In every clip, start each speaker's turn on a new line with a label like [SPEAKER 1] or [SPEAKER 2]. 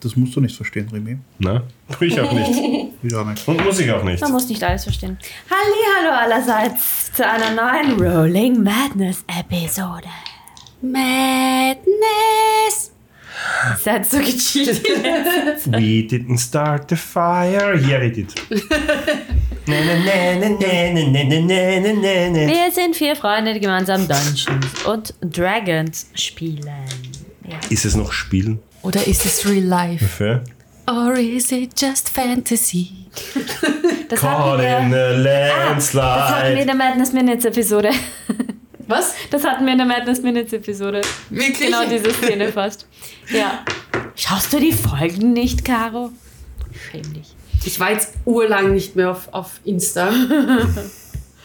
[SPEAKER 1] Das musst du nicht verstehen, Remy.
[SPEAKER 2] Na, tue ich auch nicht.
[SPEAKER 1] Wieder nicht.
[SPEAKER 2] Und muss ich auch nicht.
[SPEAKER 3] Man muss nicht alles verstehen. Hallo allerseits zu einer neuen Rolling Madness Episode. Madness! Ihr Seid so gecheatet.
[SPEAKER 2] We didn't start the fire. Here it is. Na, na, na, na, na, na, na, na, na, na, na, na.
[SPEAKER 3] Wir sind vier Freunde, die gemeinsam Dungeons und Dragons spielen. Ja.
[SPEAKER 2] Ist es noch Spielen?
[SPEAKER 4] Oder ist es real life?
[SPEAKER 2] Für?
[SPEAKER 4] Or is it just fantasy?
[SPEAKER 3] Das hatten
[SPEAKER 2] Caught in
[SPEAKER 3] wir,
[SPEAKER 2] a
[SPEAKER 3] das hatten wir in
[SPEAKER 2] landslide.
[SPEAKER 3] der Madness Minutes Episode.
[SPEAKER 4] Was?
[SPEAKER 3] Das hatten wir in der Madness Minutes Episode.
[SPEAKER 4] Wirklich?
[SPEAKER 3] Genau diese Szene fast. Ja. Schaust du die Folgen nicht, Caro? Schäm dich.
[SPEAKER 5] Ich war jetzt urlang nicht mehr auf, auf Insta.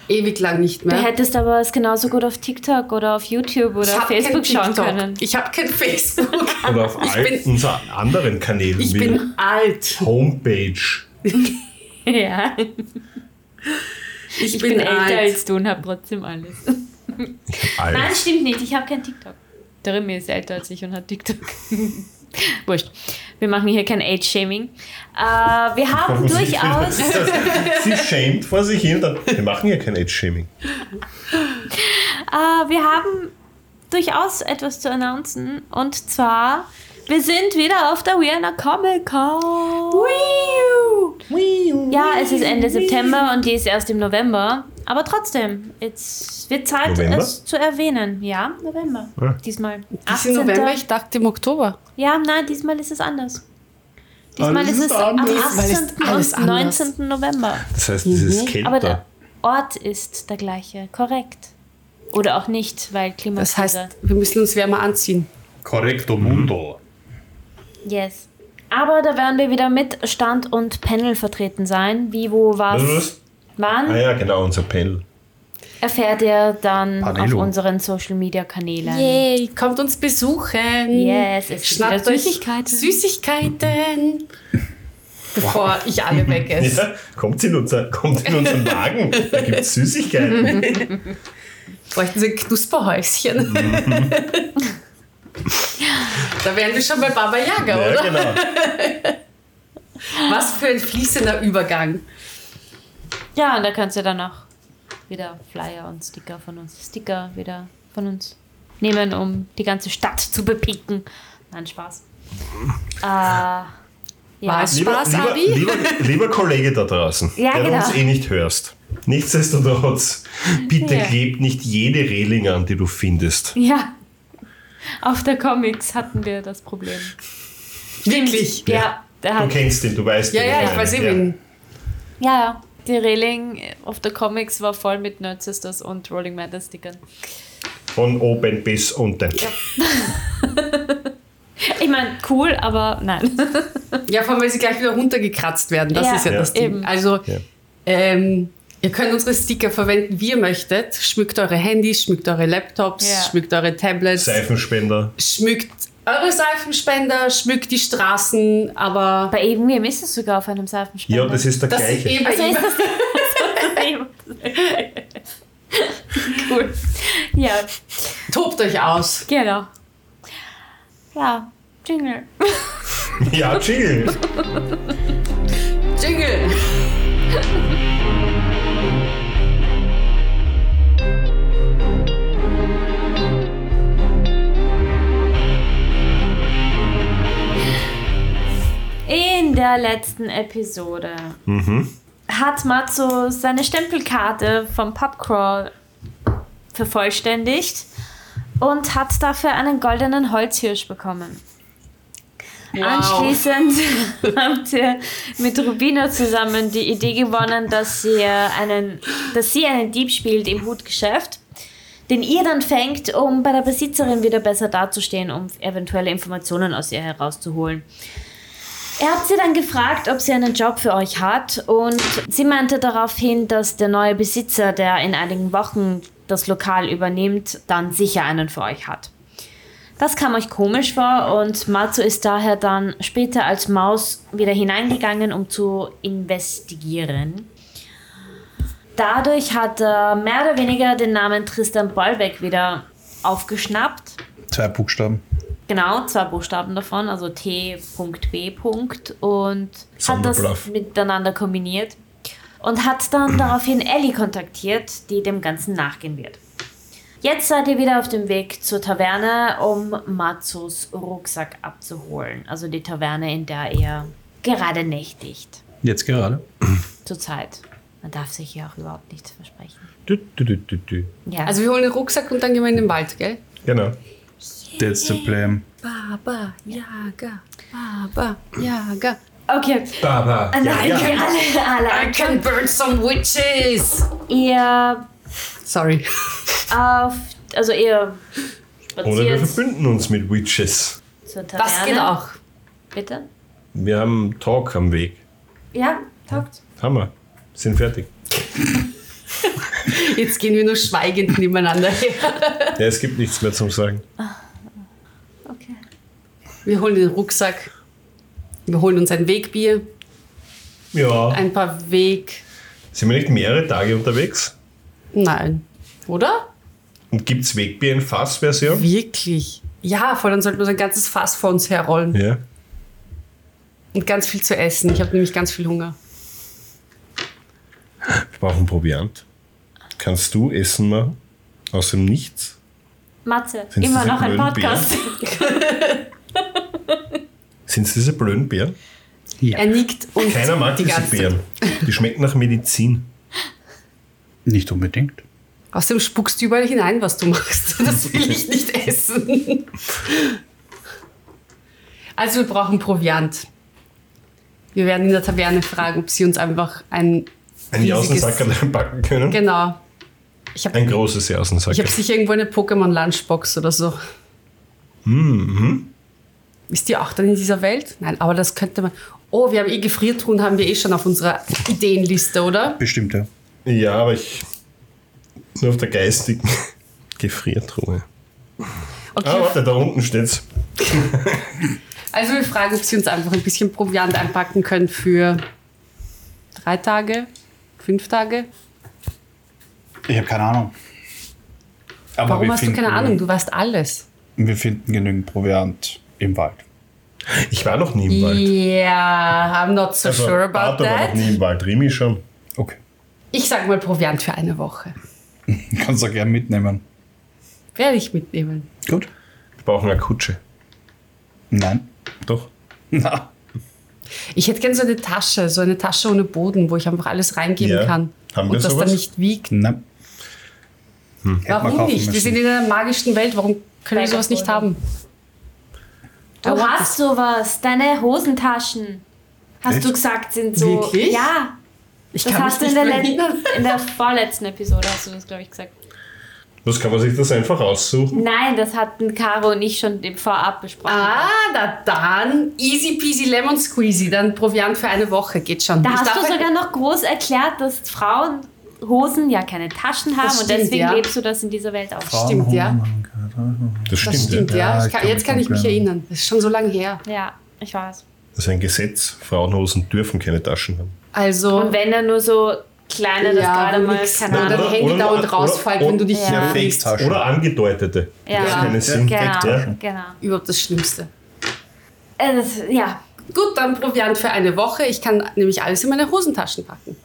[SPEAKER 5] Ewig lang nicht
[SPEAKER 3] Du
[SPEAKER 5] mehr.
[SPEAKER 3] hättest aber es genauso gut auf TikTok oder auf YouTube oder
[SPEAKER 5] Ich hab
[SPEAKER 3] auf Facebook
[SPEAKER 5] kein
[SPEAKER 3] schauen
[SPEAKER 5] TikTok.
[SPEAKER 3] können.
[SPEAKER 5] Ich habe kein Facebook.
[SPEAKER 2] Oder auf
[SPEAKER 5] Ich
[SPEAKER 2] allen
[SPEAKER 5] bin-
[SPEAKER 2] unseren anderen Kanälen
[SPEAKER 5] Ich
[SPEAKER 2] wie
[SPEAKER 5] bin alt.
[SPEAKER 2] Homepage.
[SPEAKER 3] Ja,
[SPEAKER 5] Ich,
[SPEAKER 3] ich bin,
[SPEAKER 5] bin, alt.
[SPEAKER 3] älter als du und habe trotzdem alles. Nein,
[SPEAKER 2] Alt.
[SPEAKER 3] stimmt nicht, ich habe kein TikTok. Der Remy ist älter als ich und hat TikTok. Wurscht. Wir machen hier kein Age-Shaming. Äh, wir haben durchaus.
[SPEAKER 2] Das ist das. Sie schämt vor sich hin. Dann, wir machen ja kein Age-Shaming.
[SPEAKER 3] Äh, wir haben durchaus etwas zu announcen. Und zwar, wir sind wieder auf der Vienna Comic Con. Ja, es ist Ende September und die ist erst im November. Aber trotzdem, es wird Zeit,
[SPEAKER 2] November?
[SPEAKER 3] es zu erwähnen. Ja, November.
[SPEAKER 2] Ja.
[SPEAKER 3] Diesmal.
[SPEAKER 5] Ist im November, ich
[SPEAKER 4] dachte im Oktober.
[SPEAKER 3] Ja, nein, diesmal ist es anders. Diesmal
[SPEAKER 2] Alles
[SPEAKER 3] ist es
[SPEAKER 2] ist
[SPEAKER 3] am
[SPEAKER 2] anders.
[SPEAKER 4] Diesmal ist
[SPEAKER 3] 18.
[SPEAKER 4] alles
[SPEAKER 3] und
[SPEAKER 4] anders.
[SPEAKER 3] 19. November.
[SPEAKER 2] Das heißt, dieses
[SPEAKER 3] Mhm, Aber
[SPEAKER 2] Kälter.
[SPEAKER 3] der Ort ist der gleiche, korrekt. Oder auch nicht, weil Klimakrise.
[SPEAKER 4] Das heißt,
[SPEAKER 5] wir müssen uns wärmer anziehen.
[SPEAKER 2] Correcto mundo.
[SPEAKER 3] Yes. Aber da werden wir wieder mit Stand und Panel vertreten sein. Wie, wo, was,
[SPEAKER 2] Was?
[SPEAKER 3] wann,
[SPEAKER 2] Ah ja, genau, unser Panel.
[SPEAKER 3] erfährt ihr dann
[SPEAKER 2] Panelo.
[SPEAKER 3] auf unseren Social Media Kanälen.
[SPEAKER 4] Yay, kommt uns besuchen.
[SPEAKER 3] Yes, es gibt wieder
[SPEAKER 5] Schnappt euch
[SPEAKER 3] Süßigkeiten.
[SPEAKER 4] Süßigkeiten.
[SPEAKER 5] Bevor ich alle weg esse.
[SPEAKER 2] Ja, kommt in, unser, kommt in unseren Magen. Da gibt es Süßigkeiten.
[SPEAKER 5] Bräuchten sie ein Knusperhäuschen. da wären wir schon bei Baba Yaga,
[SPEAKER 2] Ja,
[SPEAKER 5] oder?
[SPEAKER 2] genau.
[SPEAKER 5] Was für ein fließender Übergang.
[SPEAKER 3] Ja, und da könnt ihr dann auch wieder Flyer und Sticker von uns, Sticker wieder von uns nehmen, um die ganze Stadt zu bepinken. Nein, Spaß. äh, ja.
[SPEAKER 5] Was? Spaß,
[SPEAKER 2] lieber,
[SPEAKER 5] Abi?
[SPEAKER 2] lieber, lieber Kollege da draußen,
[SPEAKER 3] Ja,
[SPEAKER 2] der du
[SPEAKER 3] genau.
[SPEAKER 2] uns eh nicht hörst. Nichtsdestotrotz, bitte
[SPEAKER 3] Ja.
[SPEAKER 2] klebt nicht jede Reling an, die du findest.
[SPEAKER 3] Ja. Auf der Comics hatten wir das Problem.
[SPEAKER 5] Wirklich.
[SPEAKER 3] Ja, da
[SPEAKER 2] Du
[SPEAKER 3] hat
[SPEAKER 2] kennst ihn, du weißt
[SPEAKER 5] Ja,
[SPEAKER 2] wen
[SPEAKER 5] ja, ich
[SPEAKER 2] meine.
[SPEAKER 5] weiß eben.
[SPEAKER 3] Ja, ja. Die Reling auf der Comics war voll mit Nerd Sisters und Rolling Matter Stickern.
[SPEAKER 2] Von oben bis unten.
[SPEAKER 3] Ich meine, cool, aber nein.
[SPEAKER 5] Ja, vor allem, weil sie gleich wieder runtergekratzt werden. Das
[SPEAKER 3] Ja,
[SPEAKER 5] ist ja,
[SPEAKER 2] Ja.
[SPEAKER 5] das Ding.
[SPEAKER 3] eben.
[SPEAKER 5] Also,
[SPEAKER 2] Ja.
[SPEAKER 5] ähm, ihr könnt unsere Sticker verwenden, wie ihr möchtet. Schmückt eure Handys, schmückt eure Laptops,
[SPEAKER 3] Ja.
[SPEAKER 5] schmückt eure Tablets,
[SPEAKER 2] Seifenspender.
[SPEAKER 5] schmückt eure Seifenspender, schmückt die Straßen, aber
[SPEAKER 3] Bei irgendwem ist es sogar auf einem Seifenspender.
[SPEAKER 2] Ja, das ist der
[SPEAKER 5] das ist
[SPEAKER 2] gleiche.
[SPEAKER 5] eben
[SPEAKER 3] Also ist das cool. Ja,
[SPEAKER 5] tobt euch aus.
[SPEAKER 3] genau. Ja, Jingle.
[SPEAKER 2] Ja, chill.
[SPEAKER 5] Jingle!
[SPEAKER 3] In der letzten Episode hat Matzo seine Stempelkarte vom Pubcrawl vervollständigt und hat dafür einen goldenen Holzhirsch bekommen. Anschließend habt ihr mit Rubina zusammen die Idee gewonnen, dass, ihr einen, dass sie einen Dieb spielt im Hutgeschäft, den ihr dann fängt, um bei der Besitzerin wieder besser dazustehen, um eventuelle Informationen aus ihr herauszuholen. Er hat sie dann gefragt, ob sie einen Job für euch hat und sie meinte daraufhin, dass der neue Besitzer, der in einigen Wochen das Lokal übernimmt, dann sicher einen für euch hat. Das kam euch komisch vor und Matsu ist daher dann später als Maus wieder hineingegangen, um zu investigieren. Dadurch hat er mehr oder weniger den Namen Tristan Bollbeck wieder aufgeschnappt.
[SPEAKER 1] Zwei Buchstaben.
[SPEAKER 3] Genau, zwei Buchstaben davon, also T.B. und hat das
[SPEAKER 6] Sonderbluff.
[SPEAKER 3] miteinander kombiniert und hat dann daraufhin Ellie kontaktiert, die dem Ganzen nachgehen wird. Jetzt seid ihr wieder auf dem Weg zur Taverne, um Matsus Rucksack abzuholen. Also die Taverne, in der ihr gerade nächtigt.
[SPEAKER 6] Jetzt gerade.
[SPEAKER 3] Zurzeit. Man darf sich hier auch überhaupt nichts versprechen.
[SPEAKER 6] Du, du, du, du, du.
[SPEAKER 3] Ja.
[SPEAKER 5] Also wir holen den Rucksack und dann gehen wir in den Wald, gell?
[SPEAKER 2] Genau.
[SPEAKER 7] That's the plan.
[SPEAKER 5] Baba, Jaga, Baba, Jaga.
[SPEAKER 3] okay.
[SPEAKER 5] Ah,
[SPEAKER 2] Baba.
[SPEAKER 3] Nein,
[SPEAKER 2] ja.
[SPEAKER 3] alle, alle.
[SPEAKER 5] I can burn some witches!
[SPEAKER 3] Ihr
[SPEAKER 5] Sorry.
[SPEAKER 3] auf, also ihr
[SPEAKER 2] Oder wir
[SPEAKER 3] spaziert
[SPEAKER 2] verbünden uns mit Witches.
[SPEAKER 3] zur Taverne.
[SPEAKER 5] Das geht auch.
[SPEAKER 3] Bitte?
[SPEAKER 2] Wir haben Talk am Weg.
[SPEAKER 3] Ja, taugt.
[SPEAKER 2] Hammer. Sind fertig.
[SPEAKER 5] Jetzt gehen wir nur schweigend nebeneinander her.
[SPEAKER 2] Ja, es gibt nichts mehr zum Sagen.
[SPEAKER 3] Okay.
[SPEAKER 5] Wir holen den Rucksack. Wir holen uns ein Wegbier,
[SPEAKER 2] Ja.
[SPEAKER 5] ein paar Weg.
[SPEAKER 2] Sind wir nicht mehrere Tage unterwegs?
[SPEAKER 5] Nein. Oder?
[SPEAKER 2] Und gibt's Wegbier in Fassversion?
[SPEAKER 5] Wirklich? Ja, voll, dann sollten wir so ein ganzes Fass vor uns herrollen.
[SPEAKER 2] Ja.
[SPEAKER 5] Und ganz viel zu essen. Ich habe nämlich ganz viel Hunger.
[SPEAKER 2] Wir brauchen Proviant. Kannst du Essen machen? Aus dem Nichts?
[SPEAKER 3] Matze,
[SPEAKER 2] Findest
[SPEAKER 3] immer
[SPEAKER 2] du sie
[SPEAKER 3] noch ein
[SPEAKER 2] blöden
[SPEAKER 3] Podcast.
[SPEAKER 2] Sind es diese blöden Beeren?
[SPEAKER 5] Er nickt und
[SPEAKER 2] Keiner mag
[SPEAKER 5] die
[SPEAKER 2] diese
[SPEAKER 5] ganze Zeit.
[SPEAKER 2] Beeren. Die schmecken nach Medizin.
[SPEAKER 7] Nicht unbedingt.
[SPEAKER 5] Außerdem spuckst du überall hinein, was du machst. Das will ich nicht essen. Also wir brauchen Proviant. Wir werden in der Taverne fragen, ob sie uns einfach ein
[SPEAKER 2] Ein
[SPEAKER 5] riesiges-
[SPEAKER 2] Jausensackerl backen können.
[SPEAKER 5] Genau. Ich
[SPEAKER 2] Ein
[SPEAKER 5] habe
[SPEAKER 2] großes
[SPEAKER 5] ich hab
[SPEAKER 2] Jausensackerl.
[SPEAKER 5] sicher irgendwo eine Pokémon-Lunchbox oder so.
[SPEAKER 2] Mhm.
[SPEAKER 5] Ist die auch dann in dieser Welt? Nein, aber das könnte man. Oh, wir haben eh Gefriertruhen, haben wir eh schon auf unserer Ideenliste, oder?
[SPEAKER 7] Bestimmt, ja.
[SPEAKER 2] Ja, aber ich. Nur auf der geistigen Gefriertruhe.
[SPEAKER 5] Okay,
[SPEAKER 2] Ah, warte, da unten steht's.
[SPEAKER 5] also wir fragen, ob sie uns einfach ein bisschen Proviant einpacken können für drei Tage, fünf Tage.
[SPEAKER 7] Ich habe keine Ahnung. Aber
[SPEAKER 5] Warum
[SPEAKER 7] wir
[SPEAKER 5] hast du keine
[SPEAKER 7] finden-
[SPEAKER 5] Ahnung? Du weißt alles.
[SPEAKER 7] Wir finden genügend Proviant im Wald.
[SPEAKER 2] Ich war noch nie im Wald. Also,
[SPEAKER 5] Yeah, I'm not so
[SPEAKER 7] Also,
[SPEAKER 5] sure about
[SPEAKER 2] Arthur war noch
[SPEAKER 5] that.
[SPEAKER 2] nie im Wald. Rimi schon.
[SPEAKER 7] Okay.
[SPEAKER 5] Ich sag mal Proviant für eine Woche.
[SPEAKER 7] Kannst du gerne mitnehmen.
[SPEAKER 5] Werde ich mitnehmen.
[SPEAKER 7] Gut.
[SPEAKER 2] Wir brauchen eine Kutsche.
[SPEAKER 7] Nein.
[SPEAKER 2] Doch.
[SPEAKER 7] Na.
[SPEAKER 5] Ich hätte gern so eine Tasche, so eine Tasche ohne Boden, wo ich einfach alles reingeben
[SPEAKER 2] Ja.
[SPEAKER 5] kann.
[SPEAKER 2] Haben wir
[SPEAKER 5] und das
[SPEAKER 2] sowas?
[SPEAKER 5] dann nicht wiegt.
[SPEAKER 7] Nein. Hätten wir
[SPEAKER 5] Warum
[SPEAKER 7] kaufen
[SPEAKER 5] nicht? Wir
[SPEAKER 7] müssen.
[SPEAKER 5] sind in einer magischen Welt. Warum können wir sowas nicht haben?
[SPEAKER 3] Du hast sowas. Deine Hosentaschen, hast
[SPEAKER 7] Echt?
[SPEAKER 3] du gesagt, sind so.
[SPEAKER 5] Wirklich?
[SPEAKER 3] Ja.
[SPEAKER 5] Ich
[SPEAKER 3] Das
[SPEAKER 5] kann
[SPEAKER 3] hast du
[SPEAKER 5] mich
[SPEAKER 3] in der,
[SPEAKER 5] nicht mehr erinnern.
[SPEAKER 3] letzten, in der vorletzten Episode, hast du das, glaube ich, gesagt.
[SPEAKER 2] Was kann man sich das einfach aussuchen?
[SPEAKER 3] Nein, das hatten Caro und ich schon im Vorab besprochen.
[SPEAKER 5] Ah, na dann. Easy peasy lemon squeezy. Dann Proviant für eine Woche. Geht schon.
[SPEAKER 3] Da
[SPEAKER 5] Ich
[SPEAKER 3] hast
[SPEAKER 5] darf
[SPEAKER 3] du
[SPEAKER 5] ein-
[SPEAKER 3] sogar noch groß erklärt, dass Frauen Hosen ja keine Taschen haben und
[SPEAKER 5] stimmt,
[SPEAKER 3] deswegen
[SPEAKER 5] ja.
[SPEAKER 3] lebst du das in dieser Welt auf.
[SPEAKER 5] Stimmt, ja.
[SPEAKER 2] Das stimmt.
[SPEAKER 5] Das stimmt,
[SPEAKER 2] ja.
[SPEAKER 5] ja.
[SPEAKER 7] Ja,
[SPEAKER 5] Ich kann,
[SPEAKER 7] ich
[SPEAKER 5] jetzt
[SPEAKER 7] kann
[SPEAKER 5] kann ich
[SPEAKER 7] mich
[SPEAKER 5] mich
[SPEAKER 7] auch erinnern.
[SPEAKER 5] erinnern. Das ist schon so lange her.
[SPEAKER 3] Ja, ich weiß.
[SPEAKER 2] Das ist ein Gesetz. Frauenhosen dürfen keine Taschen haben.
[SPEAKER 5] Also.
[SPEAKER 3] Und wenn dann nur so kleine, das
[SPEAKER 5] Ja,
[SPEAKER 3] gerade mal,
[SPEAKER 5] nix.
[SPEAKER 3] keine
[SPEAKER 5] Oder
[SPEAKER 3] Ahnung.
[SPEAKER 5] dein Handy
[SPEAKER 2] oder-
[SPEAKER 5] dauernd
[SPEAKER 2] oder-
[SPEAKER 5] rausfällt, wenn du dich
[SPEAKER 3] Ja.
[SPEAKER 5] ja. bewegst.
[SPEAKER 7] Fake-Taschen.
[SPEAKER 2] Oder angedeutete.
[SPEAKER 3] Ja.
[SPEAKER 2] Das keine Sinn.
[SPEAKER 3] Genau,
[SPEAKER 2] Ja.
[SPEAKER 3] genau.
[SPEAKER 5] Überhaupt das Schlimmste.
[SPEAKER 3] Äh, das, ja,
[SPEAKER 5] Gut, dann Proviant für eine Woche. Ich kann nämlich alles in meine Hosentaschen packen.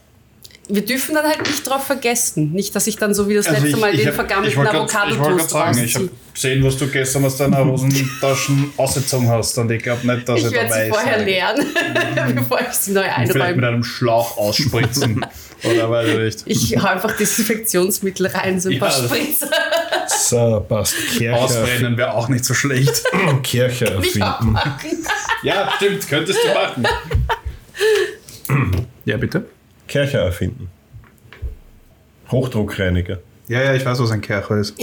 [SPEAKER 5] Wir dürfen dann halt nicht drauf vergessen. Nicht, dass ich dann so wie das
[SPEAKER 7] Also
[SPEAKER 5] letzte Mal den
[SPEAKER 7] hab- ich
[SPEAKER 5] vergammelten
[SPEAKER 7] wollte grad- Ich wollte gerade
[SPEAKER 5] Avocado-Toast
[SPEAKER 7] sagen, ich habe
[SPEAKER 5] rausziehe.
[SPEAKER 7] gesehen, was du gestern aus deiner Hosentaschen ausgezogen hast und ich glaube nicht, dass
[SPEAKER 5] Ich
[SPEAKER 7] ich,
[SPEAKER 5] werde
[SPEAKER 7] dabei
[SPEAKER 5] sie vorher
[SPEAKER 7] ist.
[SPEAKER 5] leeren, bevor ich sie neu
[SPEAKER 7] Und Vielleicht mit
[SPEAKER 5] einräume.
[SPEAKER 7] einem Schlauch ausspritzen. Oder weiß ich nicht.
[SPEAKER 5] Ich hau einfach Desinfektionsmittel rein, so ein
[SPEAKER 7] Ja,
[SPEAKER 5] paar
[SPEAKER 7] das-
[SPEAKER 5] Spritzer.
[SPEAKER 2] So, passt. Kirche,
[SPEAKER 7] Ausbrennen wäre auch nicht so schlecht.
[SPEAKER 2] Kirche erfinden.
[SPEAKER 7] ja, stimmt, könntest du machen. Ja, bitte?
[SPEAKER 2] Kirche erfinden. Hochdruckreiniger.
[SPEAKER 7] Ja, ja, ich weiß, was ein Kercher ist.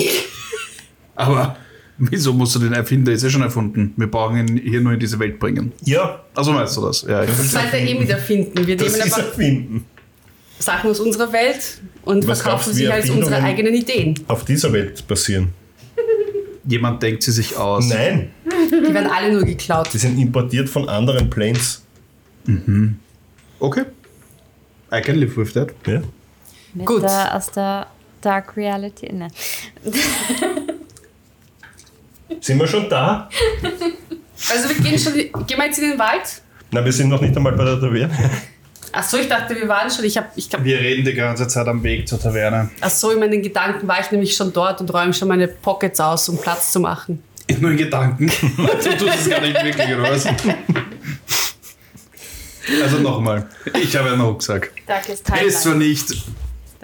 [SPEAKER 7] Aber wieso musst du den erfinden? Der ist ja schon erfunden. Wir brauchen ihn hier nur in diese Welt bringen.
[SPEAKER 2] Ja,
[SPEAKER 7] Also meinst du das? Ja, ich
[SPEAKER 5] Das meint er eh wieder finden. Wir
[SPEAKER 2] das
[SPEAKER 5] nehmen
[SPEAKER 2] ist
[SPEAKER 5] einfach
[SPEAKER 2] erfinden.
[SPEAKER 5] Sachen aus unserer Welt und
[SPEAKER 2] Was
[SPEAKER 5] verkaufen
[SPEAKER 2] glaubst du,
[SPEAKER 5] sie
[SPEAKER 2] wie
[SPEAKER 5] als unsere
[SPEAKER 2] Erfindungen-
[SPEAKER 5] eigenen Ideen.
[SPEAKER 2] Auf dieser Welt passieren.
[SPEAKER 7] Jemand denkt sie sich aus.
[SPEAKER 2] Nein,
[SPEAKER 5] Die werden alle nur geklaut.
[SPEAKER 2] die sind importiert von anderen Planes.
[SPEAKER 7] Okay. I can live with that.
[SPEAKER 2] Ja?
[SPEAKER 3] mit
[SPEAKER 5] Gut.
[SPEAKER 3] Der, aus der Dark Reality. Ne.
[SPEAKER 2] Sind wir schon da?
[SPEAKER 5] Also wir gehen schon, gehen wir jetzt in den Wald?
[SPEAKER 2] Na, wir sind noch nicht einmal bei der Taverne.
[SPEAKER 5] Ach so, ich dachte, wir waren schon. Ich habe, ich glaube,
[SPEAKER 7] Wir reden die ganze Zeit am Weg zur Taverne.
[SPEAKER 5] ach so, in meinen Gedanken war ich nämlich schon dort und räume schon meine Pockets aus, um Platz zu machen.
[SPEAKER 7] Nur in Gedanken. du tust es gar nicht wirklich, oder was? Also nochmal, ich habe einen Rucksack.
[SPEAKER 3] Darkest
[SPEAKER 7] Er ist zwar
[SPEAKER 3] Timeline.
[SPEAKER 7] nicht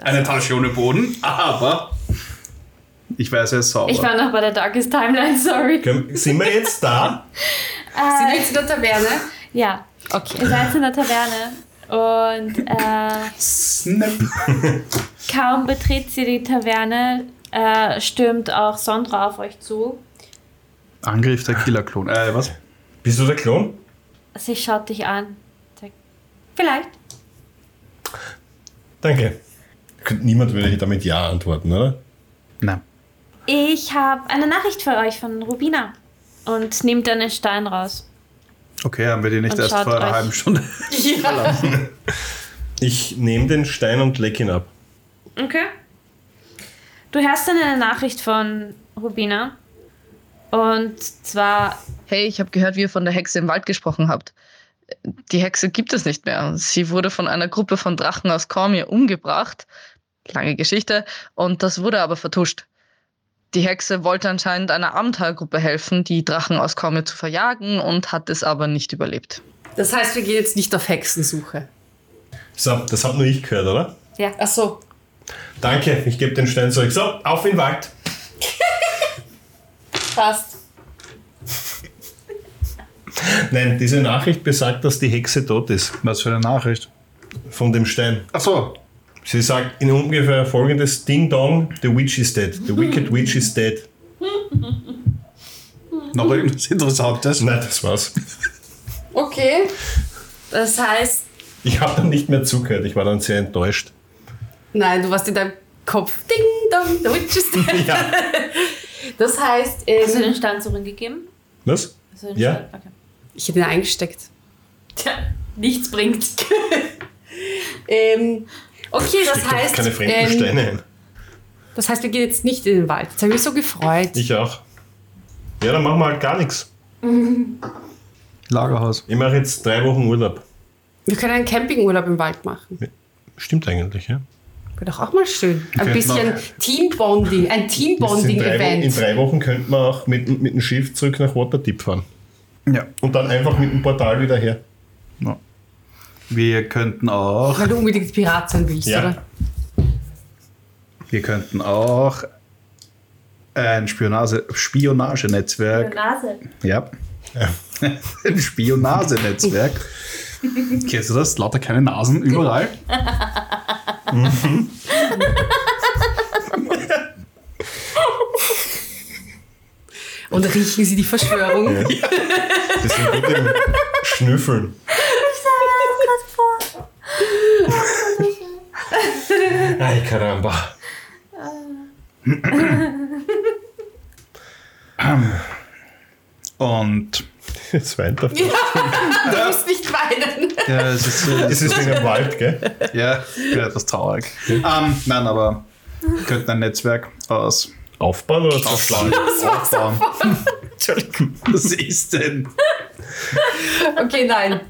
[SPEAKER 7] eine Tasche ohne Boden, aber ich weiß, er ist sauber.
[SPEAKER 3] Ich war noch bei der Darkest Timeline, sorry.
[SPEAKER 2] Können- Sind wir jetzt da?
[SPEAKER 5] Sind wir jetzt in der Taverne?
[SPEAKER 3] Ja,
[SPEAKER 5] Okay.
[SPEAKER 3] ihr seid in der Taverne und äh,
[SPEAKER 7] Snap.
[SPEAKER 3] kaum betritt sie die Taverne, äh, stürmt auch Sondra auf euch zu.
[SPEAKER 7] Angriff der Killerklon. Äh, was?
[SPEAKER 2] Bist du der Klon?
[SPEAKER 3] Sie schaut dich an. Sagt, Vielleicht.
[SPEAKER 2] Danke.
[SPEAKER 8] Niemand würde damit Ja antworten, oder?
[SPEAKER 7] Nein.
[SPEAKER 3] Ich habe eine Nachricht für euch von Rubina. Und nimmt dann den Stein raus.
[SPEAKER 7] Okay, haben wir die nicht
[SPEAKER 3] Und
[SPEAKER 7] erst
[SPEAKER 3] schaut
[SPEAKER 7] vor einer
[SPEAKER 3] euch.
[SPEAKER 7] halben Stunde.
[SPEAKER 2] Ich nehme den Stein und leck ihn ab.
[SPEAKER 3] Okay. Du hörst dann eine Nachricht von Rubina. Und zwar,
[SPEAKER 9] Hey, ich habe gehört, wie ihr von der Hexe im Wald gesprochen habt. Die Hexe gibt es nicht mehr. Sie wurde von einer Gruppe von Drachen aus Cormier umgebracht. Lange Geschichte. Und das wurde aber vertuscht. Die Hexe wollte anscheinend einer Abenteuergruppe helfen, die Drachen aus Cormier zu verjagen und hat es aber nicht überlebt.
[SPEAKER 5] Das heißt, wir gehen jetzt nicht auf Hexensuche.
[SPEAKER 2] So, das hab nur ich gehört, oder?
[SPEAKER 3] ja.
[SPEAKER 5] Ach so.
[SPEAKER 2] Danke, ich gebe den Stein zurück. So, auf in den Wald.
[SPEAKER 5] Passt.
[SPEAKER 2] Nein, diese Nachricht besagt, dass die Hexe tot ist.
[SPEAKER 7] Was für eine Nachricht?
[SPEAKER 2] Von dem Stein.
[SPEAKER 7] Ach so.
[SPEAKER 2] Sie sagt in ungefähr folgendes: Ding Dong, the witch is dead. The wicked witch is dead.
[SPEAKER 3] Mhm.
[SPEAKER 7] Noch irgendwas Interessantes?
[SPEAKER 2] Nein, das war's.
[SPEAKER 5] Okay. Das heißt,
[SPEAKER 2] Ich habe dann nicht mehr zugehört. Ich war dann sehr enttäuscht.
[SPEAKER 5] nein, du warst in deinem Kopf. Ding dong, the witch is dead.
[SPEAKER 2] Ja.
[SPEAKER 5] Das heißt,
[SPEAKER 3] Hast du
[SPEAKER 5] ähm,
[SPEAKER 3] den Stein zurückgegeben?
[SPEAKER 2] Was?
[SPEAKER 3] Hast du den
[SPEAKER 2] Ja.
[SPEAKER 3] Stein- Okay.
[SPEAKER 5] ich hätte ihn eingesteckt.
[SPEAKER 3] Tja, nichts bringt.
[SPEAKER 5] Ähm, okay, das
[SPEAKER 2] Steck doch
[SPEAKER 5] heißt,
[SPEAKER 2] keine fremden
[SPEAKER 5] ähm,
[SPEAKER 2] Steine ein.
[SPEAKER 5] das heißt, wir gehen jetzt nicht in den Wald. Jetzt habe ich mich so gefreut.
[SPEAKER 2] Ich auch. Ja, dann machen wir halt gar nichts.
[SPEAKER 7] Lagerhaus.
[SPEAKER 2] Ich mache jetzt drei Wochen Urlaub.
[SPEAKER 5] Wir können einen Campingurlaub im Wald machen.
[SPEAKER 2] Stimmt eigentlich, ja?
[SPEAKER 5] Wäre doch auch mal schön. Ein
[SPEAKER 7] Okay,
[SPEAKER 5] bisschen Teambonding, ein
[SPEAKER 2] in, drei Wochen, in
[SPEAKER 5] Teambonding-Event.
[SPEAKER 2] drei Wochen könnten wir auch mit, mit dem Schiff zurück nach Waterdeep fahren.
[SPEAKER 7] Ja.
[SPEAKER 2] Und dann einfach mit dem Portal wieder her.
[SPEAKER 7] Ja. Wir könnten auch.
[SPEAKER 5] Weil du unbedingt Pirat sein willst,
[SPEAKER 2] Ja.
[SPEAKER 5] oder?
[SPEAKER 7] Wir könnten auch ein Spionage, Spionagenetzwerk.
[SPEAKER 3] Nase.
[SPEAKER 7] Ja. ein Spionagenetzwerk. Kennst du das? Lauter keine Nasen überall.
[SPEAKER 5] Und riechen sie die Verschwörung.
[SPEAKER 2] Das sind gut im Schnüffeln.
[SPEAKER 3] Ah,
[SPEAKER 2] Ay, caramba.
[SPEAKER 7] Und
[SPEAKER 2] Jetzt weint er.
[SPEAKER 5] Du musst nicht weinen.
[SPEAKER 7] ja, es ist so.
[SPEAKER 2] Das ist wegen dem Wald, gell?
[SPEAKER 7] ja, ich bin etwas traurig. Ähm, nein, aber wir könnten ein Netzwerk aus
[SPEAKER 2] Aufbauen oder
[SPEAKER 7] Aufschlagen
[SPEAKER 2] zerschlagen?
[SPEAKER 7] aufbauen. Entschuldigung, was ist denn?
[SPEAKER 5] Okay, nein.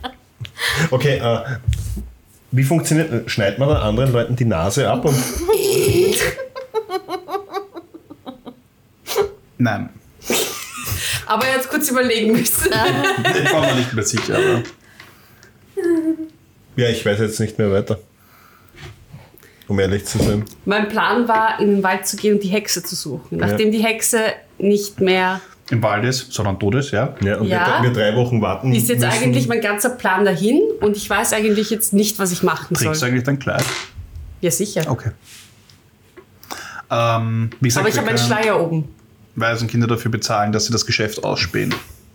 [SPEAKER 2] Okay, äh, wie funktioniert, äh, schneidet man dann anderen Leuten die Nase ab und
[SPEAKER 7] Nein,
[SPEAKER 5] Aber jetzt kurz überlegen müssen.
[SPEAKER 7] ich war mir nicht mehr sicher. Aber
[SPEAKER 2] Ja, ich weiß jetzt nicht mehr weiter. Um ehrlich zu sein.
[SPEAKER 5] Mein Plan war, in den Wald zu gehen und die Hexe zu suchen.
[SPEAKER 2] Ja.
[SPEAKER 5] Nachdem die Hexe nicht mehr
[SPEAKER 7] Im Wald ist, sondern tot ist, ja.
[SPEAKER 2] Ja, und Wir,
[SPEAKER 5] Ja.
[SPEAKER 2] drei- wir drei Wochen warten.
[SPEAKER 5] ist jetzt
[SPEAKER 2] müssen.
[SPEAKER 5] eigentlich mein ganzer Plan dahin und ich weiß eigentlich jetzt nicht, was ich machen
[SPEAKER 7] Trägst du
[SPEAKER 5] soll.
[SPEAKER 7] eigentlich dein Kleid?
[SPEAKER 5] Ja, sicher.
[SPEAKER 7] Okay. Ähm, wie gesagt,
[SPEAKER 5] Aber ich
[SPEAKER 7] wir
[SPEAKER 5] habe einen
[SPEAKER 7] können
[SPEAKER 5] Schleier oben.
[SPEAKER 7] Waisenkinder dafür bezahlen, dass sie das Geschäft ausspähen.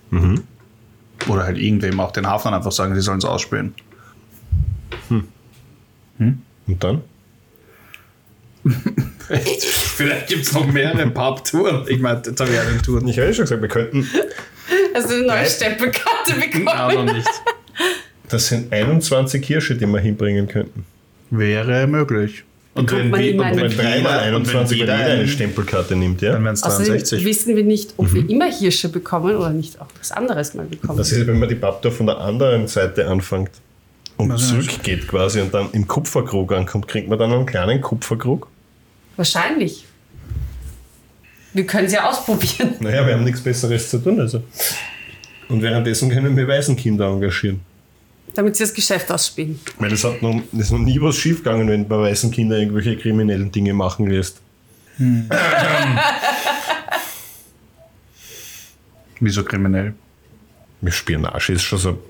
[SPEAKER 7] Mhm. Oder halt irgendwem auch den Hafnern einfach sagen, sie sollen es ausspähen.
[SPEAKER 2] Und dann?
[SPEAKER 7] Vielleicht gibt es noch mehrere Pub-Touren. Ich meine, jetzt habe ich einen Touren.
[SPEAKER 2] Ich habe ja schon gesagt, wir könnten.
[SPEAKER 5] Also eine neue Stempelkarte
[SPEAKER 7] Ah,
[SPEAKER 5] bekommen.
[SPEAKER 7] noch nicht.
[SPEAKER 2] Das sind 21 Hirsche, die wir hinbringen könnten.
[SPEAKER 7] Wäre möglich. Und
[SPEAKER 5] kommt
[SPEAKER 7] wenn,
[SPEAKER 5] man
[SPEAKER 7] we-
[SPEAKER 5] in
[SPEAKER 7] und
[SPEAKER 5] einen-
[SPEAKER 7] wenn
[SPEAKER 2] Wenn dreimal
[SPEAKER 7] jeder, und wenn
[SPEAKER 2] 21,
[SPEAKER 7] jeder
[SPEAKER 2] eine
[SPEAKER 7] einen,
[SPEAKER 2] Stempelkarte nimmt, ja?
[SPEAKER 7] dann wären es
[SPEAKER 5] Außerdem
[SPEAKER 7] 63.
[SPEAKER 5] wissen wir nicht, ob wir immer Hirsche bekommen oder nicht auch was anderes mal bekommen.
[SPEAKER 2] Mhm. Das ist, wenn man die Papptür von der anderen Seite anfängt und
[SPEAKER 7] Also-
[SPEAKER 2] zurückgeht quasi und dann im Kupferkrug ankommt, kriegt man dann einen kleinen Kupferkrug.
[SPEAKER 5] Wahrscheinlich. Wir können es ja ausprobieren.
[SPEAKER 2] Naja, wir haben nichts Besseres zu tun. Also. Und währenddessen können wir Waisenkinder engagieren.
[SPEAKER 5] Damit sie das Geschäft ausspielen.
[SPEAKER 2] Weil es hat noch, es ist noch nie was schiefgegangen, wenn bei weißen Kindern irgendwelche kriminellen Dinge machen lässt.
[SPEAKER 7] Wieso kriminell?
[SPEAKER 2] Spionage ist schon so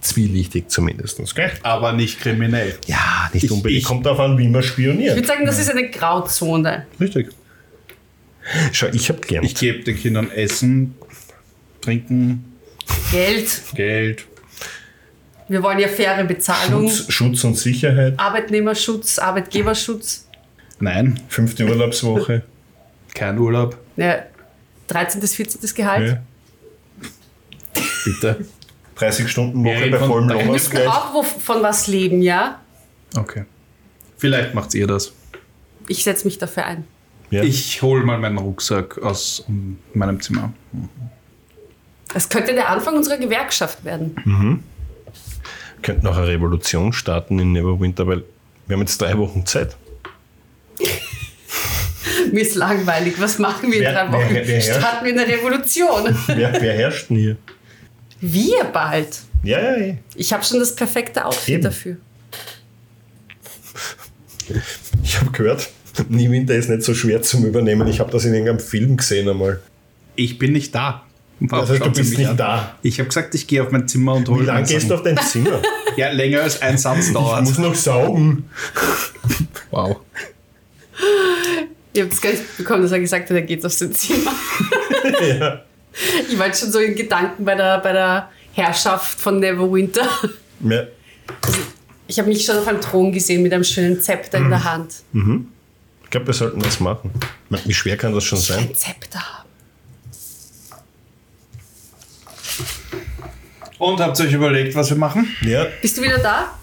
[SPEAKER 2] zwielichtig zumindest. Gell?
[SPEAKER 7] Aber nicht kriminell.
[SPEAKER 2] Ja, nicht
[SPEAKER 7] Ich-
[SPEAKER 2] unbedingt.
[SPEAKER 7] ich-
[SPEAKER 2] Kommt darauf an, wie man
[SPEAKER 5] Ich
[SPEAKER 2] spioniert.
[SPEAKER 5] würde sagen, das ist eine Grauzone.
[SPEAKER 2] Richtig. Schau, ich habe gelernt.
[SPEAKER 7] Ich gebe den Kindern Essen, Trinken,
[SPEAKER 5] Geld.
[SPEAKER 7] Geld.
[SPEAKER 5] Wir wollen ja faire Bezahlung.
[SPEAKER 2] Schutz, Schutz und Sicherheit,
[SPEAKER 5] Arbeitnehmerschutz, Arbeitgeberschutz.
[SPEAKER 7] Nein,
[SPEAKER 2] fünfte Urlaubswoche.
[SPEAKER 7] kein Urlaub.
[SPEAKER 5] Ja, 13. bis 14. Gehalt.
[SPEAKER 2] ja.
[SPEAKER 7] Bitte.
[SPEAKER 2] 30 Stunden
[SPEAKER 7] Wir
[SPEAKER 2] Woche
[SPEAKER 7] reden
[SPEAKER 2] bei
[SPEAKER 7] von
[SPEAKER 2] vollem
[SPEAKER 7] drei-
[SPEAKER 5] Wir müssen
[SPEAKER 2] Lohnausgleich.
[SPEAKER 5] auch wo, von was leben, ja?
[SPEAKER 7] Okay. Vielleicht macht ihr das.
[SPEAKER 5] Ich setze mich dafür ein.
[SPEAKER 2] Ja.
[SPEAKER 7] Ich hole mal meinen Rucksack aus um meinem Zimmer.
[SPEAKER 5] Das könnte der Anfang unserer Gewerkschaft werden.
[SPEAKER 2] Wir könnten auch eine Revolution starten in Neverwinter, weil wir haben jetzt drei Wochen Zeit.
[SPEAKER 5] Mir ist langweilig. Was machen wir in
[SPEAKER 2] Hm. Wer-
[SPEAKER 5] drei Wochen?
[SPEAKER 2] wer- wer herrscht?
[SPEAKER 5] Starten wir eine Revolution.
[SPEAKER 2] Wer, wer herrscht denn hier?
[SPEAKER 5] wir bald.
[SPEAKER 2] Ja, ja, eh. ja.
[SPEAKER 5] Ich habe schon das perfekte Outfit
[SPEAKER 2] Eben.
[SPEAKER 5] dafür.
[SPEAKER 2] Ich habe gehört, Niewinter ist nicht so schwer zum Übernehmen. Ich habe das in irgendeinem Film gesehen einmal.
[SPEAKER 7] Ich bin nicht da. Warum
[SPEAKER 2] Das heißt, du
[SPEAKER 7] schaut sie
[SPEAKER 2] bist
[SPEAKER 7] mich
[SPEAKER 2] nicht
[SPEAKER 7] an?
[SPEAKER 2] da.
[SPEAKER 7] Ich habe gesagt, ich gehe auf mein Zimmer und hole
[SPEAKER 2] Wie lange
[SPEAKER 7] meinen
[SPEAKER 2] gehst du
[SPEAKER 7] Sachen.
[SPEAKER 2] auf dein Zimmer?
[SPEAKER 7] Ja, länger als ein Satz
[SPEAKER 2] Ich
[SPEAKER 7] dauert.
[SPEAKER 2] muss noch saugen.
[SPEAKER 7] Wow.
[SPEAKER 5] Ihr habt es gar nicht bekommen, dass er gesagt hat, er geht auf sein Zimmer. Ich war schon so in Gedanken bei der, bei der Herrschaft von Neverwinter.
[SPEAKER 2] Ja.
[SPEAKER 5] Ich habe mich schon auf einem Thron gesehen mit einem schönen Zepter in
[SPEAKER 2] Hm.
[SPEAKER 5] der Hand.
[SPEAKER 2] Ich glaube, wir sollten das machen. Ich mein, Wie schwer kann das schon sein?
[SPEAKER 5] Ein Zepter.
[SPEAKER 7] Und habt ihr euch überlegt, was wir machen?
[SPEAKER 2] Ja.
[SPEAKER 5] Bist du wieder da?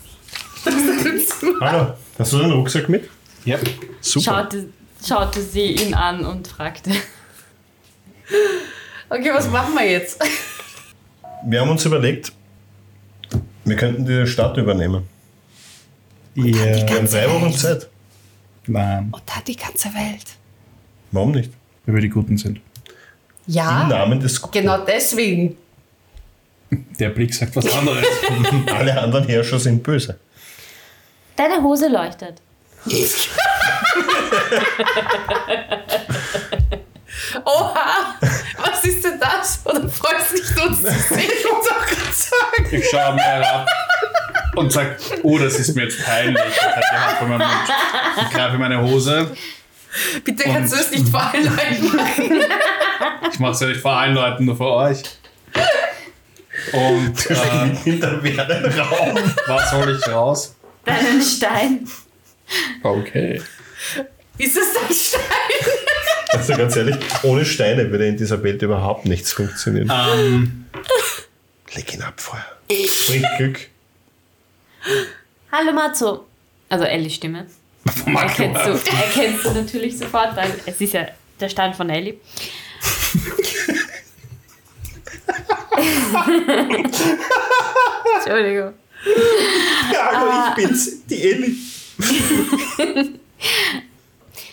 [SPEAKER 2] Hallo, hast du deinen Rucksack mit?
[SPEAKER 7] Ja.
[SPEAKER 2] Super.
[SPEAKER 4] Schaute, schaute sie ihn an und fragte.
[SPEAKER 5] Okay, was machen wir jetzt?
[SPEAKER 2] Wir haben uns überlegt, wir könnten die Stadt übernehmen. Wir haben drei Wochen Zeit.
[SPEAKER 7] Nein,
[SPEAKER 5] Da die ganze Welt.
[SPEAKER 2] Warum nicht?
[SPEAKER 7] wenn wir die Guten sind.
[SPEAKER 5] Ja,
[SPEAKER 2] Im Namen des Guten.
[SPEAKER 5] genau deswegen.
[SPEAKER 7] Der Blick sagt was anderes.
[SPEAKER 2] Alle anderen Herrscher sind böse.
[SPEAKER 3] Deine Hose leuchtet.
[SPEAKER 5] Oha, was ist denn das? Oder freust nicht uns? Ich muss auch gerade sagen.
[SPEAKER 7] ich schaue mir herab und sage, oh, das ist mir jetzt peinlich. Ich halte die Hand vor meinem Mund. Ich greife in meine Hose.
[SPEAKER 5] Bitte kannst du es nicht vor allen Leuten machen.
[SPEAKER 7] Ich mache es ja nicht vor allen Leuten, nur vor euch. Und äh,
[SPEAKER 2] Hinter werden Raum.
[SPEAKER 7] was hole ich raus?
[SPEAKER 3] Deinen Stein.
[SPEAKER 7] Okay.
[SPEAKER 5] Ist es dein Stein?
[SPEAKER 2] Also ganz ehrlich, ohne Steine würde in dieser Welt überhaupt nichts funktionieren.
[SPEAKER 7] Ähm,
[SPEAKER 2] Leg ihn ab vorher. Bringt Glück.
[SPEAKER 3] Hallo Matzo.
[SPEAKER 4] Also Ellie Stimme.
[SPEAKER 7] Marco,
[SPEAKER 4] Erkennst du, erkennst du natürlich sofort, weil es ist ja der Stein von Ellie. Entschuldigung.
[SPEAKER 2] Ja, aber ich bin's, die Ellie.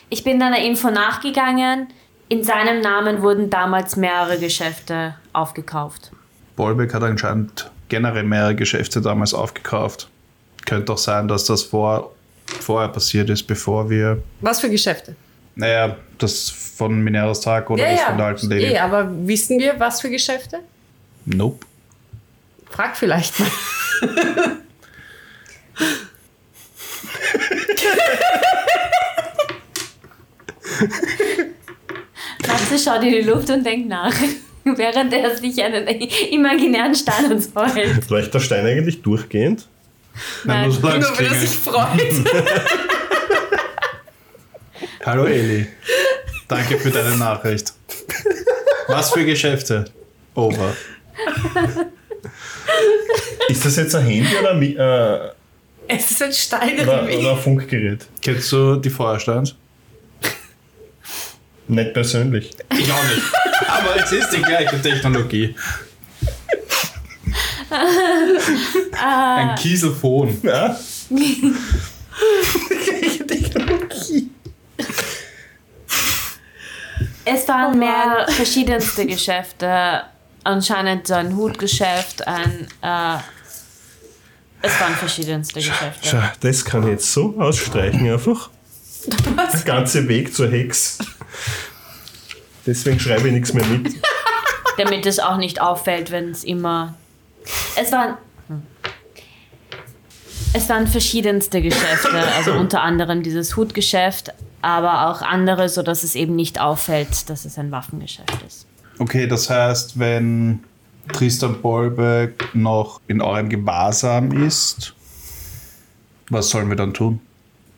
[SPEAKER 3] Ich bin deiner Info nachgegangen. In seinem Namen wurden damals mehrere Geschäfte aufgekauft.
[SPEAKER 7] Bolbeck hat anscheinend generell mehrere Geschäfte damals aufgekauft. Könnte auch sein, dass das vor, vorher passiert ist, bevor wir.
[SPEAKER 5] Was für Geschäfte?
[SPEAKER 7] Naja, das von Mineras Tag oder das von der alten Lady.
[SPEAKER 5] Eh, aber wissen wir, was für Geschäfte?
[SPEAKER 7] Nope.
[SPEAKER 5] Frag vielleicht mal.
[SPEAKER 3] Matze schaut in die Luft und denkt nach, während er sich einen imaginären Stein ans Ohr hält.
[SPEAKER 2] Reicht der Stein eigentlich durchgehend?
[SPEAKER 7] Nein, nur solange es
[SPEAKER 5] Nur wenn er
[SPEAKER 7] klingelt.
[SPEAKER 5] sich freut.
[SPEAKER 7] Hallo Eli. Danke für deine Nachricht. Was für Geschäfte? Over.
[SPEAKER 2] Ist das jetzt ein Handy oder ein Mi- äh,
[SPEAKER 5] Es ist ein Stein
[SPEAKER 2] Oder,
[SPEAKER 5] im Weg.
[SPEAKER 2] oder ein Funkgerät.
[SPEAKER 7] Kennst du die Feuersteins?
[SPEAKER 2] Nicht persönlich.
[SPEAKER 7] Ich auch nicht. Aber es ist die gleiche Technologie. Ein Kieselfon.
[SPEAKER 2] Ja?
[SPEAKER 3] Es waren mehr verschiedenste Geschäfte. Anscheinend so ein Hutgeschäft, ein. Äh, es waren verschiedenste Geschäfte.
[SPEAKER 2] Schau, das kann ich jetzt so ausstreichen einfach. Der ganze Weg zur Hex. Deswegen schreibe ich nichts mehr mit.
[SPEAKER 3] Damit es auch nicht auffällt, wenn es immer. Es waren. Hm. Es waren verschiedenste Geschäfte, also unter anderem dieses Hutgeschäft, aber auch andere, sodass es eben nicht auffällt, dass es ein Waffengeschäft ist.
[SPEAKER 7] Okay, das heißt, wenn Tristan Bolbeck noch in eurem Gewahrsam ist, was sollen wir dann tun?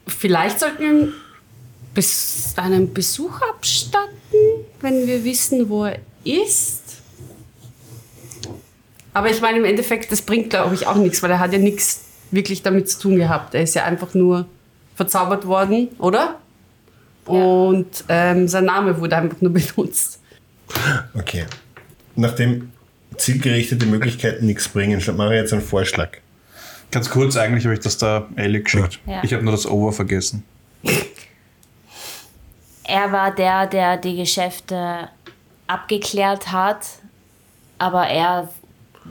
[SPEAKER 5] Vielleicht sollten wir ihm bis einen Besuch abstatten, wenn wir wissen, wo er ist. Aber ich meine, im Endeffekt, das bringt, glaube ich, auch nichts, weil er hat ja nichts wirklich damit zu tun gehabt. Er ist ja einfach nur verzaubert worden, oder? Und ähm, sein Name wurde einfach nur benutzt.
[SPEAKER 2] Okay. Nachdem zielgerichtete Möglichkeiten nichts bringen, mache ich jetzt einen Vorschlag.
[SPEAKER 7] Ganz kurz, eigentlich habe ich das da Ellie geschickt.
[SPEAKER 3] Ja.
[SPEAKER 7] Ich habe nur das Over vergessen.
[SPEAKER 3] Er war der, der die Geschäfte abgeklärt hat, aber er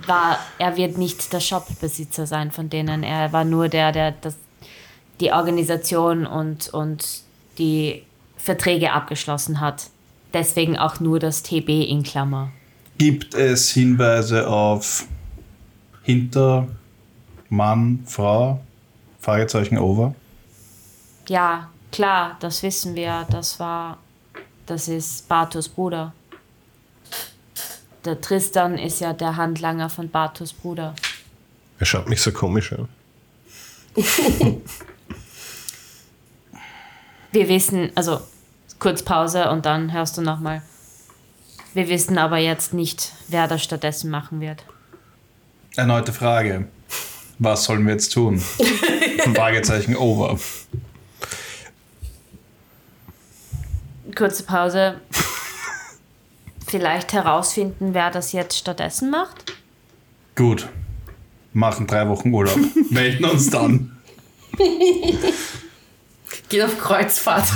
[SPEAKER 3] war, er wird nicht der Shopbesitzer sein von denen. Er war nur der, der das, die Organisation und, und die Verträge abgeschlossen hat. Deswegen auch nur das TB in Klammer.
[SPEAKER 7] Gibt es Hinweise auf Hinter, Mann, Frau? Fragezeichen Over.
[SPEAKER 3] Ja, klar, das wissen wir. Das war, das ist Bartos Bruder. Der Tristan ist ja der Handlanger von Bartos Bruder.
[SPEAKER 2] Er schaut mich so komisch an.
[SPEAKER 3] Wir wissen, also kurz Pause und dann hörst du nochmal. Wir wissen aber jetzt nicht, wer das stattdessen machen wird.
[SPEAKER 7] Erneute Frage. Was sollen wir jetzt tun? Fragezeichen Over.
[SPEAKER 3] Kurze Pause. Vielleicht herausfinden, wer das jetzt stattdessen macht?
[SPEAKER 7] Gut. Machen drei Wochen Urlaub. Melden uns dann.
[SPEAKER 5] Geht auf Kreuzfahrt.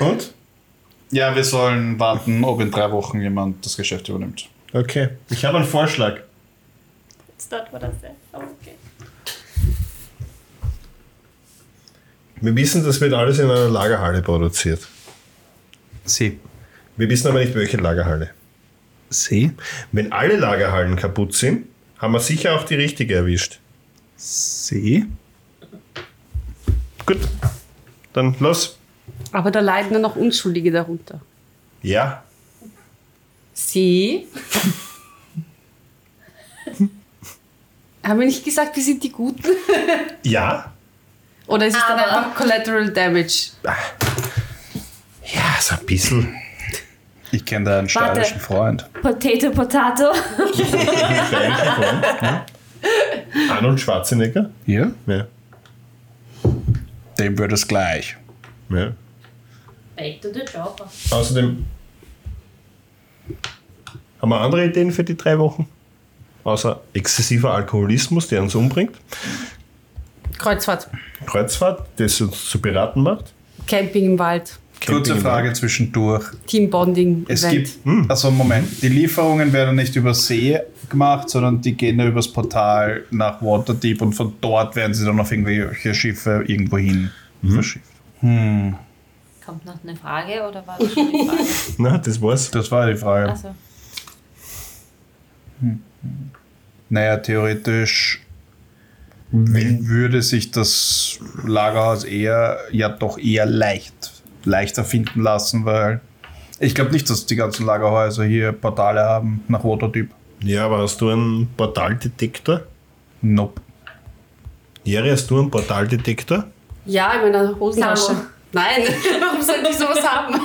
[SPEAKER 2] Und?
[SPEAKER 7] Ja, wir sollen warten, ob in drei Wochen jemand das Geschäft übernimmt.
[SPEAKER 2] Okay. Ich habe einen Vorschlag.
[SPEAKER 4] It's not what I said. Aber Oh, okay.
[SPEAKER 2] Wir wissen, das wird alles in einer Lagerhalle produziert.
[SPEAKER 7] Sie.
[SPEAKER 2] Wir wissen aber nicht, welche Lagerhalle.
[SPEAKER 7] Sie?
[SPEAKER 2] Wenn alle Lagerhallen kaputt sind, haben wir sicher auch die richtige erwischt.
[SPEAKER 7] Sie?
[SPEAKER 2] Gut, dann los.
[SPEAKER 5] Aber da leiden dann noch Unschuldige darunter.
[SPEAKER 2] Ja,
[SPEAKER 5] Sie? Haben wir nicht gesagt, wir sind die Guten?
[SPEAKER 2] ja.
[SPEAKER 5] Oder ist es dann einfach Collateral Damage?
[SPEAKER 2] Ja, so ein bisschen.
[SPEAKER 7] Ich kenne da einen steirischen Freund.
[SPEAKER 3] Potato, Potato.
[SPEAKER 2] Fan davon, ne? Arnold Schwarzenegger?
[SPEAKER 7] Hier?
[SPEAKER 2] Ja.
[SPEAKER 7] Dem wird es gleich.
[SPEAKER 2] ja.
[SPEAKER 4] Back to the job.
[SPEAKER 2] Außerdem haben wir andere Ideen für die drei Wochen. Außer exzessiver Alkoholismus, der uns umbringt.
[SPEAKER 5] Kreuzfahrt.
[SPEAKER 2] Kreuzfahrt, das uns zu Piraten macht.
[SPEAKER 5] Camping im Wald.
[SPEAKER 7] Kurze
[SPEAKER 2] Camping-
[SPEAKER 7] Frage zwischendurch.
[SPEAKER 5] Team Bonding.
[SPEAKER 7] Es
[SPEAKER 5] Event.
[SPEAKER 7] gibt, also Moment, die Lieferungen werden nicht über See gemacht, sondern die gehen ja übers Portal nach Waterdeep und von dort werden sie dann auf irgendwelche Schiffe irgendwo hin verschifft.
[SPEAKER 3] Kommt noch eine Frage oder war das schon eine Frage?
[SPEAKER 2] Na, das war's.
[SPEAKER 7] Das war die Frage.
[SPEAKER 3] Also,
[SPEAKER 7] Naja, theoretisch w- würde sich das Lagerhaus eher, ja doch eher leicht, leichter finden lassen, weil ich glaube nicht, dass die ganzen Lagerhäuser hier Portale haben nach Waterdeep.
[SPEAKER 2] Ja, aber hast du einen Portaldetektor?
[SPEAKER 7] Nope.
[SPEAKER 2] Jerry, hast du einen Portaldetektor?
[SPEAKER 5] Ja, in meiner Hosentasche.
[SPEAKER 4] Samo.
[SPEAKER 5] Nein, warum sollte ich sowas haben?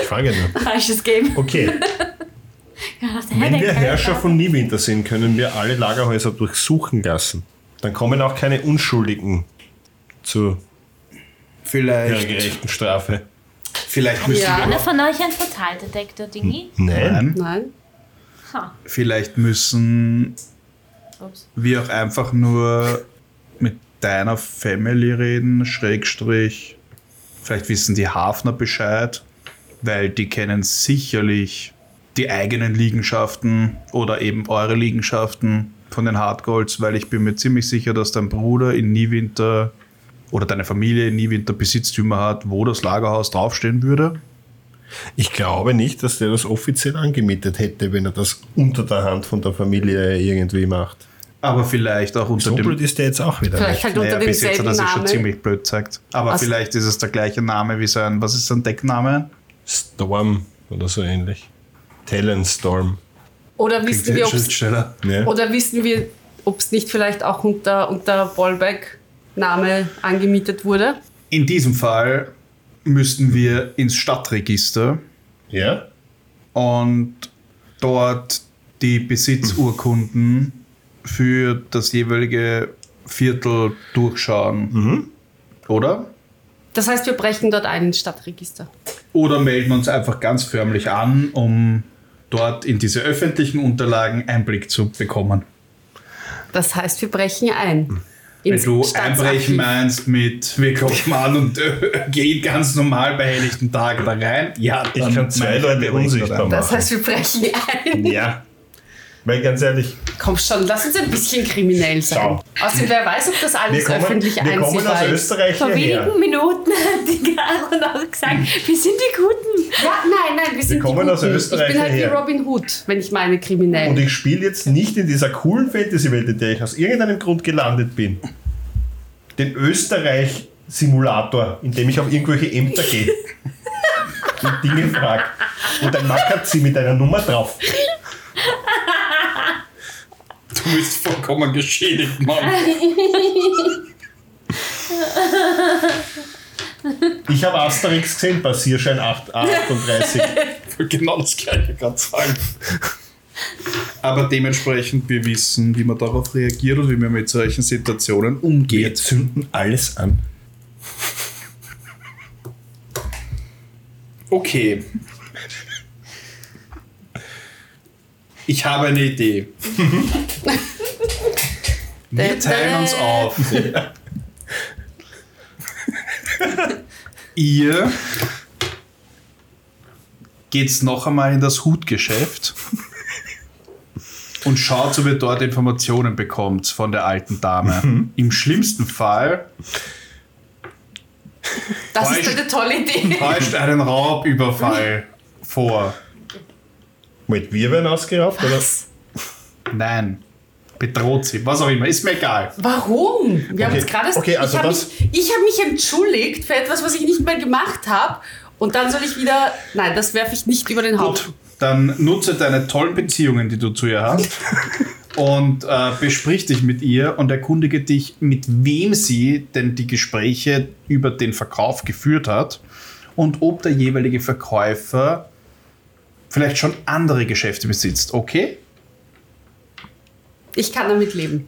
[SPEAKER 2] Ich frage nur.
[SPEAKER 3] falsches Game.
[SPEAKER 2] Okay, wenn wir Herrscher von Niewinter sind, können wir alle Lagerhäuser durchsuchen lassen. Dann kommen auch keine Unschuldigen zu ihrer
[SPEAKER 7] Vielleicht,
[SPEAKER 2] gerechten Strafe.
[SPEAKER 7] vielleicht müssen
[SPEAKER 5] Ja.
[SPEAKER 7] wir
[SPEAKER 3] Einer von euch ein
[SPEAKER 4] Hm.
[SPEAKER 3] Portaldetektor-Dingi?
[SPEAKER 2] Nein.
[SPEAKER 7] Nein.
[SPEAKER 5] Nein?
[SPEAKER 3] Ha.
[SPEAKER 7] Vielleicht müssen
[SPEAKER 3] Ups.
[SPEAKER 7] wir auch einfach nur mit deiner Family reden, Schrägstrich. Vielleicht wissen die Hafner Bescheid, weil die kennen sicherlich die eigenen Liegenschaften oder eben eure Liegenschaften von den Hardgolds, weil ich bin mir ziemlich sicher, dass dein Bruder in Niewinter oder deine Familie in Niewinter Besitztümer hat, wo das Lagerhaus draufstehen würde.
[SPEAKER 2] Ich glaube nicht, dass der das offiziell angemietet hätte, wenn er das unter der Hand von der Familie irgendwie macht.
[SPEAKER 7] Aber vielleicht auch unter
[SPEAKER 2] So
[SPEAKER 7] dem
[SPEAKER 2] blöd ist der jetzt auch wieder.
[SPEAKER 5] Vielleicht
[SPEAKER 2] Nicht.
[SPEAKER 5] halt unter
[SPEAKER 7] naja, bis jetzt hat
[SPEAKER 5] demselben
[SPEAKER 7] er sich schon
[SPEAKER 5] Namen.
[SPEAKER 7] ziemlich blöd zeigt. Aber
[SPEAKER 5] Was?
[SPEAKER 7] vielleicht ist es der gleiche Name wie sein, was ist sein Deckname?
[SPEAKER 2] Storm oder so ähnlich. Tallenstorm.
[SPEAKER 5] Oder wissen wir, ob's,
[SPEAKER 7] schneller.
[SPEAKER 2] Ne?
[SPEAKER 5] oder wissen wir, ob es nicht vielleicht auch unter, unter Ballback-Name angemietet wurde?
[SPEAKER 7] In diesem Fall müssten wir ins Stadtregister
[SPEAKER 2] Ja?
[SPEAKER 7] und dort die Besitzurkunden für das jeweilige Viertel durchschauen.
[SPEAKER 5] Mhm.
[SPEAKER 7] Oder?
[SPEAKER 5] Das heißt, wir brechen dort ein ins Stadtregister.
[SPEAKER 7] Oder melden uns einfach ganz förmlich an, um dort in diese öffentlichen Unterlagen Einblick zu bekommen.
[SPEAKER 5] Das heißt, wir brechen ein.
[SPEAKER 7] Hm. Wenn
[SPEAKER 5] Ins
[SPEAKER 7] du
[SPEAKER 5] Staatsarchiv.
[SPEAKER 7] einbrechen meinst mit wir klopfen an und äh, gehen ganz normal bei helllichten Tagen da rein, ja,
[SPEAKER 2] Ich
[SPEAKER 7] dann
[SPEAKER 2] kann zwei
[SPEAKER 7] meine ich, wir
[SPEAKER 2] Leute
[SPEAKER 7] brechen
[SPEAKER 2] unsichtbar
[SPEAKER 7] da rein.
[SPEAKER 2] machen.
[SPEAKER 5] Das heißt, wir brechen ein.
[SPEAKER 2] ja. Weil ganz ehrlich,
[SPEAKER 5] Komm schon, lass uns ein bisschen kriminell sein. Außerdem, wer weiß, ob das
[SPEAKER 2] wir
[SPEAKER 5] alles
[SPEAKER 2] kommen,
[SPEAKER 5] öffentlich
[SPEAKER 2] wir kommen aus
[SPEAKER 5] einsehbar ist.
[SPEAKER 2] Österreich
[SPEAKER 3] Vor
[SPEAKER 2] hierher.
[SPEAKER 3] wenigen Minuten hat die Caro noch gesagt, wir sind die Guten.
[SPEAKER 5] Ja, nein, nein, wir sind die
[SPEAKER 2] kommen aus
[SPEAKER 5] Guten.
[SPEAKER 2] Österreich
[SPEAKER 5] Ich bin halt wie
[SPEAKER 2] hierher.
[SPEAKER 5] Robin Hood, wenn ich meine kriminell.
[SPEAKER 2] Und ich spiele jetzt nicht in dieser coolen Fantasy-Welt, in der ich aus irgendeinem Grund gelandet bin. Den Österreich-Simulator, in dem ich auf irgendwelche Ämter gehe. und Dinge frage. Und ein Makazi mit einer Nummer drauf.
[SPEAKER 7] Du bist vollkommen geschädigt, Mann.
[SPEAKER 2] Ich habe Asterix gesehen, Passierschein 8, 38.
[SPEAKER 7] Ich wollte genau das gleiche gerade sagen. Aber dementsprechend, wir wissen, wie man darauf reagiert und wie man mit solchen Situationen
[SPEAKER 2] Wir
[SPEAKER 7] umgeht.
[SPEAKER 2] zünden alles an.
[SPEAKER 7] Okay. Ich habe eine Idee. Wir teilen uns auf. Ihr geht's noch einmal in das Hutgeschäft und schaut, ob ihr dort Informationen bekommt von der alten Dame. Im schlimmsten Fall
[SPEAKER 5] Das
[SPEAKER 7] Täusch-
[SPEAKER 5] ist eine tolle Idee.
[SPEAKER 7] täuscht einen Raubüberfall vor.
[SPEAKER 2] Mit wir werden ausgeraubt, oder?
[SPEAKER 7] Nein. Bedroht sie, was auch immer, ist mir egal.
[SPEAKER 5] Warum? Wir haben
[SPEAKER 2] Okay,
[SPEAKER 5] uns gerade.
[SPEAKER 2] okay, also
[SPEAKER 5] ich habe
[SPEAKER 2] das-
[SPEAKER 5] mich, ich hab mich entschuldigt für etwas, was ich nicht mehr gemacht habe. Und dann soll ich wieder. Nein, das werfe ich nicht über den Haufen.
[SPEAKER 7] Gut, dann nutze deine tollen Beziehungen, die du zu ihr hast, und äh, besprich dich mit ihr und erkundige dich, mit wem sie denn die Gespräche über den Verkauf geführt hat und ob der jeweilige Verkäufer vielleicht schon andere Geschäfte besitzt, okay?
[SPEAKER 5] Ich kann damit leben.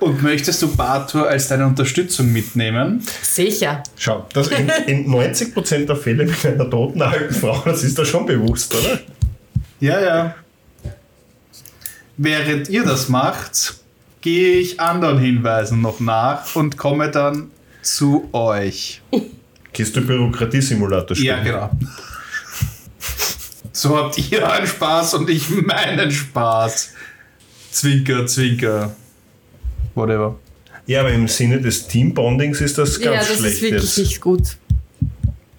[SPEAKER 7] Und möchtest du Bartur als deine Unterstützung mitnehmen?
[SPEAKER 5] Sicher.
[SPEAKER 2] Schau, das in, in 90% der Fälle mit einer toten alten Frau, das ist da schon bewusst, oder?
[SPEAKER 7] Ja, ja. Während ihr das macht, gehe ich anderen Hinweisen noch nach und komme dann zu euch.
[SPEAKER 2] Gehst du Bürokratiesimulator spielen?
[SPEAKER 7] Ja, genau. So habt ihr einen Spaß und ich meinen Spaß. Zwinker, zwinker. Whatever.
[SPEAKER 2] Ja, aber im Sinne des Teambondings ist das ganz
[SPEAKER 5] Ja, das
[SPEAKER 2] schlecht
[SPEAKER 5] ist wirklich
[SPEAKER 2] jetzt.
[SPEAKER 5] nicht gut.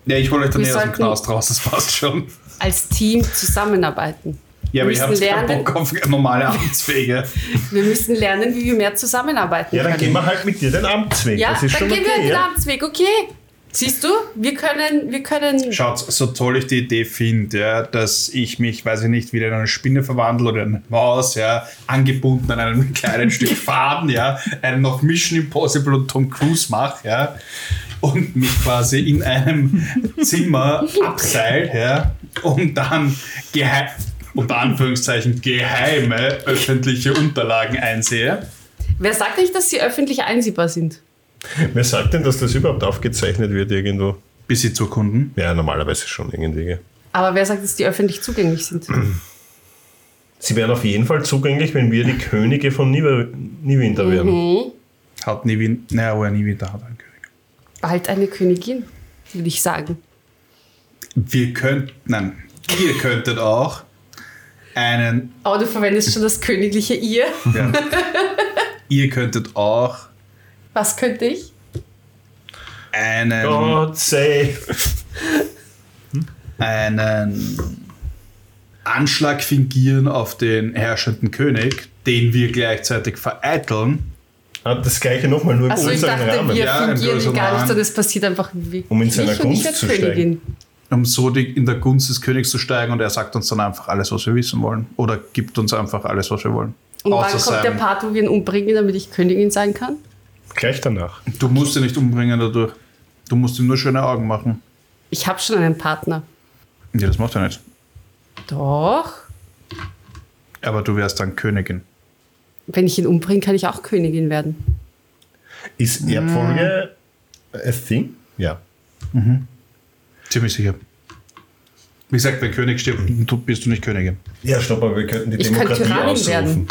[SPEAKER 7] Ja, ich hole euch dann
[SPEAKER 5] Wir
[SPEAKER 7] eher aus dem
[SPEAKER 5] sollten-
[SPEAKER 7] Knast raus, das passt schon.
[SPEAKER 5] Als Team zusammenarbeiten.
[SPEAKER 7] Ja, aber ihr habt
[SPEAKER 5] müssen
[SPEAKER 7] keinen
[SPEAKER 5] lernen.
[SPEAKER 7] Bock auf normale Amtswege.
[SPEAKER 5] Wir müssen lernen, wie wir mehr zusammenarbeiten
[SPEAKER 2] Ja, dann gehen wir
[SPEAKER 5] können.
[SPEAKER 2] halt mit dir den Amtsweg.
[SPEAKER 5] ja,
[SPEAKER 2] das ist
[SPEAKER 5] dann
[SPEAKER 2] schon
[SPEAKER 5] gehen wir
[SPEAKER 2] okay.
[SPEAKER 5] den
[SPEAKER 2] Ja?
[SPEAKER 5] Amtsweg, okay? Siehst du, wir können, wir können.
[SPEAKER 7] Schaut, so toll ich die Idee finde, ja, dass ich mich, weiß ich nicht, wieder in eine Spinne verwandle oder in eine Maus, ja, angebunden an einem kleinen Stück Faden, ja, einen noch Mission Impossible und Tom Cruise mache, ja, und mich quasi in einem Zimmer abseilt, ja, um dann geheim, unter Anführungszeichen geheime öffentliche Unterlagen einsehe.
[SPEAKER 5] Wer sagt euch, dass sie öffentlich einsehbar sind?
[SPEAKER 2] Wer sagt denn, dass das überhaupt aufgezeichnet wird irgendwo?
[SPEAKER 7] Bis sie zur Kunden.
[SPEAKER 2] Ja, normalerweise schon irgendwie. gell?
[SPEAKER 5] Aber wer sagt, dass die öffentlich zugänglich sind?
[SPEAKER 2] Sie werden auf jeden Fall zugänglich, wenn wir die Könige von Niver Niewinter werden.
[SPEAKER 5] Mhm.
[SPEAKER 7] Hat nie Win naja, wo er nie wieder hat einen König.
[SPEAKER 5] Bald eine Königin, würde ich sagen.
[SPEAKER 7] Wir könnten, nein, ihr könntet auch einen,
[SPEAKER 5] Oh, du verwendest schon das königliche Ihr.
[SPEAKER 7] ja, ihr könntet auch
[SPEAKER 5] Was könnte ich?
[SPEAKER 2] Um
[SPEAKER 7] einen,
[SPEAKER 2] God save.
[SPEAKER 7] einen Anschlag fingieren auf den herrschenden König, den wir gleichzeitig vereiteln.
[SPEAKER 2] Ah, das gleiche nochmal, nur im
[SPEAKER 5] Achso, Also ich
[SPEAKER 2] größeren
[SPEAKER 5] dachte,
[SPEAKER 2] Rahmen.
[SPEAKER 5] wir
[SPEAKER 7] Ja, im
[SPEAKER 5] fingieren
[SPEAKER 7] größeren
[SPEAKER 5] gar nichts
[SPEAKER 7] Rahmen.
[SPEAKER 5] und es passiert einfach wirklich.
[SPEAKER 2] Um in seiner
[SPEAKER 5] ich und ich
[SPEAKER 2] Gunst
[SPEAKER 5] als
[SPEAKER 2] zu steigen.
[SPEAKER 5] Königin.
[SPEAKER 7] um so die, in der Gunst des Königs zu steigen und er sagt uns dann einfach alles, was wir wissen wollen. Oder gibt uns einfach alles, was wir wollen.
[SPEAKER 5] Und wann
[SPEAKER 7] Außer
[SPEAKER 5] kommt der
[SPEAKER 7] seinem,
[SPEAKER 5] Part, wo wir ihn umbringen, damit ich Königin sein kann?
[SPEAKER 2] Gleich danach.
[SPEAKER 7] du musst ihn nicht umbringen dadurch. Du musst ihm nur schöne Augen machen.
[SPEAKER 5] Ich habe schon einen Partner.
[SPEAKER 7] Ja, das macht er nicht.
[SPEAKER 5] Doch.
[SPEAKER 7] Aber du wärst dann Königin.
[SPEAKER 5] Wenn ich ihn umbringe, kann ich auch Königin werden.
[SPEAKER 2] Ist
[SPEAKER 5] Mm.
[SPEAKER 2] Erbfolge a thing? Ja.
[SPEAKER 7] Ziemlich sicher. Wie gesagt, wenn König stirbt, du- bist du nicht Königin.
[SPEAKER 2] Ja, stopp, aber wir könnten die
[SPEAKER 5] Ich könnte
[SPEAKER 2] Demokratie
[SPEAKER 5] Tyrannin
[SPEAKER 2] ausrufen.
[SPEAKER 5] werden.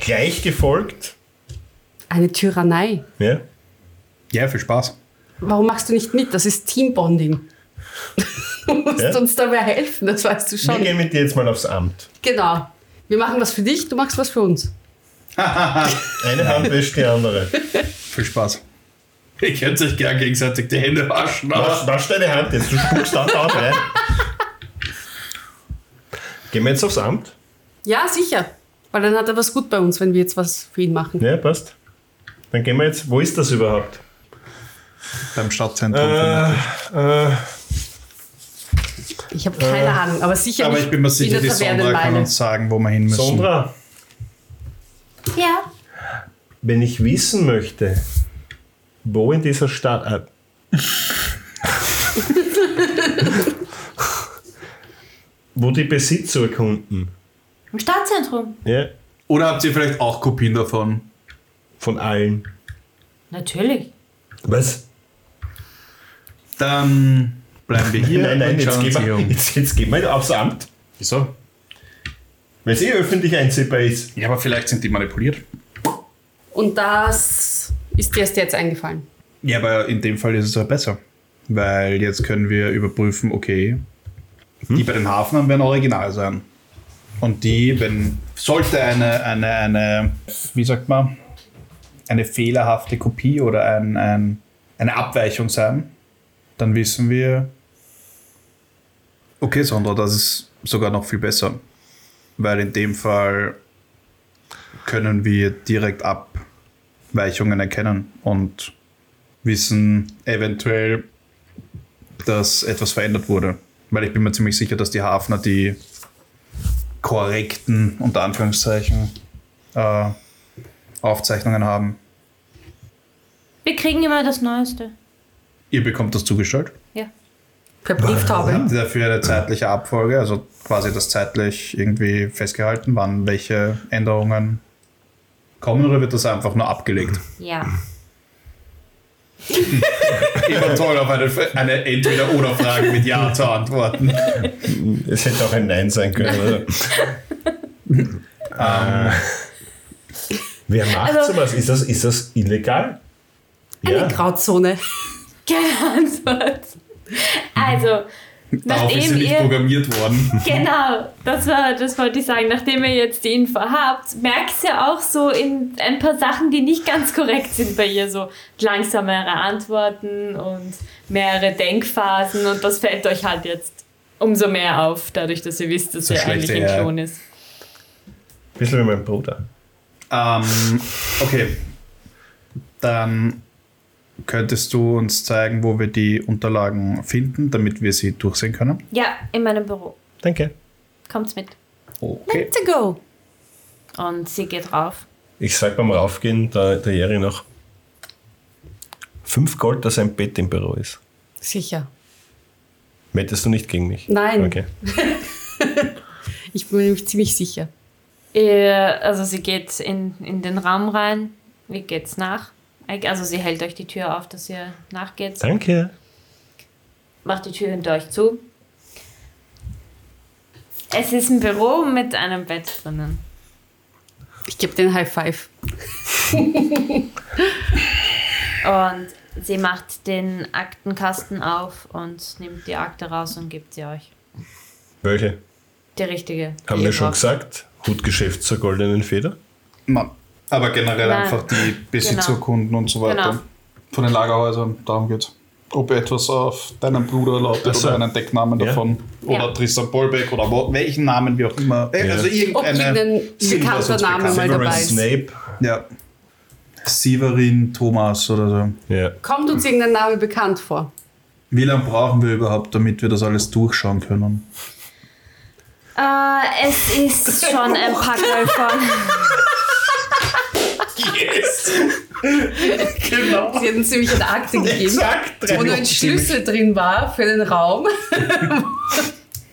[SPEAKER 2] Gleich gefolgt.
[SPEAKER 5] Eine Tyrannei.
[SPEAKER 2] Ja.
[SPEAKER 7] Ja, viel Spaß.
[SPEAKER 5] Warum machst du nicht mit? Das ist Teambonding. Du musst
[SPEAKER 2] Ja.
[SPEAKER 5] uns dabei helfen, das weißt du
[SPEAKER 2] Wir
[SPEAKER 5] schon.
[SPEAKER 2] gehen mit dir jetzt mal aufs Amt.
[SPEAKER 5] Genau. Wir machen was für dich, du machst was für uns.
[SPEAKER 2] Eine Hand wäscht die andere.
[SPEAKER 7] Viel Spaß. Ihr könnt euch gern gegenseitig die Hände waschen.
[SPEAKER 2] Wasch, wasch deine Hand jetzt, du spuckst dann dort rein. Gehen wir jetzt aufs Amt?
[SPEAKER 5] Ja, sicher. Weil dann hat er was gut bei uns, wenn wir jetzt was für ihn machen.
[SPEAKER 2] Ja, passt. Dann gehen wir jetzt. Wo ist das überhaupt?
[SPEAKER 7] Beim Stadtzentrum.
[SPEAKER 5] Ich habe keine Ahnung, aber sicher
[SPEAKER 7] Äh, aber
[SPEAKER 5] nicht
[SPEAKER 7] ich bin mir sicher,
[SPEAKER 5] in
[SPEAKER 7] die
[SPEAKER 5] der
[SPEAKER 7] Sondra kann
[SPEAKER 5] Tavernenmeile.
[SPEAKER 7] uns sagen, wo wir hin müssen.
[SPEAKER 2] Sondra,
[SPEAKER 3] Ja.
[SPEAKER 2] wenn ich wissen möchte, wo in dieser Stadt. Äh, wo die Besitzurkunden
[SPEAKER 4] Im Stadtzentrum.
[SPEAKER 2] ja,
[SPEAKER 7] Oder habt ihr vielleicht auch Kopien davon?
[SPEAKER 2] von allen.
[SPEAKER 4] Natürlich.
[SPEAKER 2] Was?
[SPEAKER 7] Dann bleiben wir hier
[SPEAKER 2] Nein, nein,
[SPEAKER 7] und
[SPEAKER 2] jetzt
[SPEAKER 7] schauen
[SPEAKER 2] gehen,
[SPEAKER 7] uns hier
[SPEAKER 2] wir,
[SPEAKER 7] um.
[SPEAKER 2] jetzt, jetzt gehen wir aufs Amt.
[SPEAKER 7] Wieso?
[SPEAKER 2] Weil es eh öffentlich einsehbar ist.
[SPEAKER 7] Ja, aber vielleicht sind die manipuliert.
[SPEAKER 5] Und das ist dir erst jetzt eingefallen.
[SPEAKER 7] Ja, aber in dem Fall ist es ja besser. Weil jetzt können wir überprüfen, okay, die bei den Hafnern werden original sein. Und die, wenn, sollte eine, eine, eine, wie sagt man, eine fehlerhafte Kopie oder ein, ein, eine Abweichung sein, dann wissen wir, okay, Sondra, das ist sogar noch viel besser. Weil in dem Fall können wir direkt Abweichungen erkennen und wissen eventuell, dass etwas verändert wurde. Weil ich bin mir ziemlich sicher, dass die Hafner die korrekten, unter Anführungszeichen, äh, Aufzeichnungen haben.
[SPEAKER 4] Wir kriegen immer das Neueste.
[SPEAKER 7] Ihr bekommt das zugestellt.
[SPEAKER 5] Per Brieftaube.
[SPEAKER 7] Dafür eine zeitliche Abfolge, also quasi das zeitlich irgendwie festgehalten, wann welche Änderungen kommen oder wird das einfach nur abgelegt?
[SPEAKER 3] Ja.
[SPEAKER 7] Immer toll, auf eine, eine Entweder-Oder-Frage mit Ja zu antworten.
[SPEAKER 2] Es hätte auch ein Nein sein können. Oder? Äh, Wer macht
[SPEAKER 4] Also-
[SPEAKER 2] sowas? Ist das, ist das illegal?
[SPEAKER 5] Eine Grauzone.
[SPEAKER 4] Keine Antwort. Also,
[SPEAKER 7] Darauf ist sie
[SPEAKER 4] nachdem
[SPEAKER 7] nicht
[SPEAKER 4] ihr.
[SPEAKER 7] programmiert worden.
[SPEAKER 4] Genau, das, war, das wollte ich sagen. Nachdem ihr jetzt die Info habt, merkt ihr auch so in ein paar Sachen, die nicht ganz korrekt sind bei ihr. So langsamere Antworten und mehrere Denkphasen und das fällt euch halt jetzt umso mehr auf, dadurch, dass ihr wisst, dass
[SPEAKER 7] So
[SPEAKER 4] ihr
[SPEAKER 7] schlechte
[SPEAKER 4] eigentlich ein
[SPEAKER 7] AI.
[SPEAKER 4] Klon ist.
[SPEAKER 2] Ein bisschen wie mein Bruder.
[SPEAKER 7] Ähm, okay. Dann könntest du uns zeigen, wo wir die Unterlagen finden, damit wir sie durchsehen können.
[SPEAKER 3] Ja, in meinem Büro.
[SPEAKER 2] Danke.
[SPEAKER 3] Kommt's mit.
[SPEAKER 7] Okay.
[SPEAKER 5] To go.
[SPEAKER 3] Und sie geht rauf.
[SPEAKER 2] Ich sag beim Raufgehen der, der Jerry noch: fünf Gold, dass ein Bett im Büro ist.
[SPEAKER 5] Sicher.
[SPEAKER 2] Wettest du nicht gegen mich?
[SPEAKER 5] Nein.
[SPEAKER 2] Okay.
[SPEAKER 5] Ich bin mir nämlich ziemlich sicher.
[SPEAKER 3] Ihr, also sie geht in, in den Raum rein. Wie geht's nach? Also sie hält euch die Tür auf, dass ihr nachgeht.
[SPEAKER 10] Danke.
[SPEAKER 3] Macht die Tür hinter euch zu. Es ist ein Büro mit einem Bett drinnen.
[SPEAKER 5] Ich gebe den High Five.
[SPEAKER 3] Und sie macht den Aktenkasten auf und nimmt die Akte raus und gibt sie euch.
[SPEAKER 2] Welche?
[SPEAKER 3] Die richtige. die
[SPEAKER 2] Haben
[SPEAKER 3] ihr
[SPEAKER 2] wir schon
[SPEAKER 3] braucht.
[SPEAKER 2] gesagt? Hutgeschäft zur goldenen Feder?
[SPEAKER 7] Nein. Aber generell
[SPEAKER 3] Nein.
[SPEAKER 7] einfach die Besitzurkunden und so weiter
[SPEAKER 3] Genau.
[SPEAKER 7] von den Lagerhäusern, darum geht's. Ob etwas auf deinen Bruder lautet
[SPEAKER 2] Ach so.
[SPEAKER 7] oder einen Decknamen
[SPEAKER 2] Ja.
[SPEAKER 7] davon. Oder
[SPEAKER 3] Ja.
[SPEAKER 7] Tristan Polbeck oder wo, welchen Namen wir auch immer. Äh,
[SPEAKER 2] Ja.
[SPEAKER 7] Also
[SPEAKER 5] Ob irgendein
[SPEAKER 7] irgendeine Silva ist
[SPEAKER 5] bekannter
[SPEAKER 7] uns
[SPEAKER 5] Name mal
[SPEAKER 7] bekannt.
[SPEAKER 5] dabei
[SPEAKER 2] Severus
[SPEAKER 5] ist.
[SPEAKER 2] Snape.
[SPEAKER 7] Ja. Severin Thomas oder so.
[SPEAKER 2] Ja.
[SPEAKER 5] Kommt uns irgendein Name bekannt vor?
[SPEAKER 7] Wie lange brauchen wir überhaupt, damit wir das alles durchschauen können?
[SPEAKER 3] Äh, es ist schon ein Packerl von.
[SPEAKER 5] Genau. Sie hätten ziemlich eine Akte gegeben, wo nur ein Schlüssel drin war für den Raum.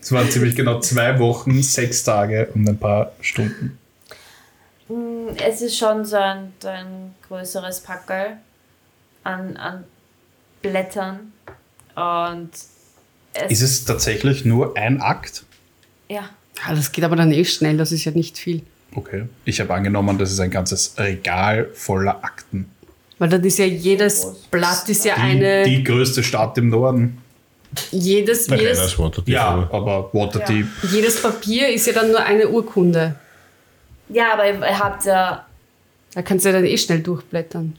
[SPEAKER 7] Es waren ziemlich genau zwei Wochen, sechs Tage und ein paar Stunden.
[SPEAKER 3] Mm, Es ist schon so ein, so ein größeres Packerl an, an Blättern. Und
[SPEAKER 7] Ist es tatsächlich nur ein Akt?
[SPEAKER 3] ja,
[SPEAKER 5] Ja, das geht aber dann eh schnell, das ist ja nicht viel.
[SPEAKER 7] Okay. Ich habe angenommen, das ist ein ganzes Regal voller Akten.
[SPEAKER 5] Weil dann ist ja jedes Blatt ist ja
[SPEAKER 7] Die,
[SPEAKER 5] eine.
[SPEAKER 7] die größte Stadt im Norden.
[SPEAKER 5] jedes,
[SPEAKER 2] Nein, keiner
[SPEAKER 5] jedes,
[SPEAKER 2] ist Waterdeep,
[SPEAKER 7] Ja,
[SPEAKER 2] aber-
[SPEAKER 7] aber Waterdeep.
[SPEAKER 5] jedes Papier ist ja dann nur eine Urkunde.
[SPEAKER 3] ja, aber ihr habt ja.
[SPEAKER 5] Da kannst du ja dann eh schnell durchblättern.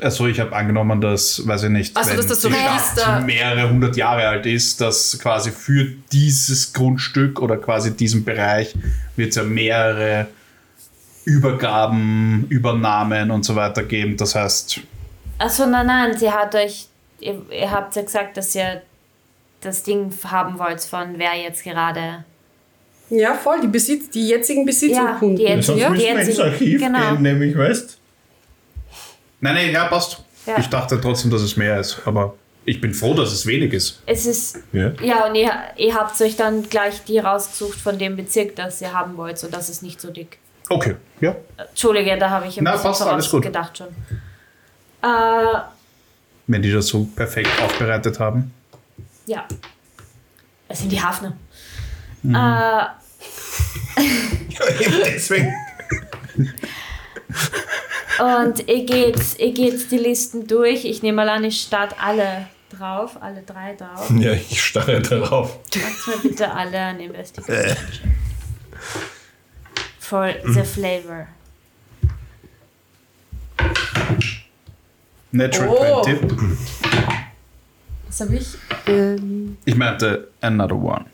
[SPEAKER 7] Also ich habe angenommen, dass, weiß ich nicht,
[SPEAKER 5] Ach so,
[SPEAKER 7] wenn
[SPEAKER 5] dass das so
[SPEAKER 7] die
[SPEAKER 5] Register-
[SPEAKER 7] Stadt mehrere hundert Jahre alt ist, dass quasi für dieses Grundstück oder quasi diesen Bereich wird es ja mehrere Übergaben, Übernahmen und so weiter geben. Das heißt,
[SPEAKER 3] Achso, also nein, nein, sie hat euch. Ihr, ihr habt ja gesagt, dass ihr das Ding haben wollt, von wer jetzt gerade.
[SPEAKER 5] Ja, voll, die, Besitz, die jetzigen Besitzurkunden.
[SPEAKER 3] Ja, die
[SPEAKER 2] Sonst
[SPEAKER 5] ja?
[SPEAKER 2] müssen wir ins
[SPEAKER 3] Jetzt-
[SPEAKER 2] Archiv
[SPEAKER 3] genau.
[SPEAKER 2] gehen, nämlich, weißt
[SPEAKER 7] nein, nein, ja, passt.
[SPEAKER 3] Ja.
[SPEAKER 7] Ich dachte trotzdem, dass es mehr ist, aber ich bin froh, dass es wenig ist.
[SPEAKER 3] Es ist.
[SPEAKER 2] Ja.
[SPEAKER 3] Ja, und ihr, ihr habt euch dann gleich die rausgesucht von dem Bezirk, das ihr haben wollt, so dass es nicht so dick.
[SPEAKER 7] Okay, ja.
[SPEAKER 3] Entschuldige, da habe ich ein
[SPEAKER 7] Na,
[SPEAKER 3] bisschen
[SPEAKER 7] passt, alles gut.
[SPEAKER 3] gedacht schon. Äh,
[SPEAKER 7] Wenn die das so perfekt aufbereitet haben.
[SPEAKER 3] ja. Es sind die Hafner. Äh,
[SPEAKER 2] Deswegen.
[SPEAKER 3] und ihr geht, ihr geht die Listen durch. Ich nehme mal an, ich starte alle drauf, alle drei drauf.
[SPEAKER 2] Ja, ich starre darauf.
[SPEAKER 3] Macht mal bitte alle an Investigation. For the flavor.
[SPEAKER 7] Natural
[SPEAKER 5] Oh.
[SPEAKER 7] 20.
[SPEAKER 5] Was habe ich? Ähm,
[SPEAKER 7] Ich meinte another one.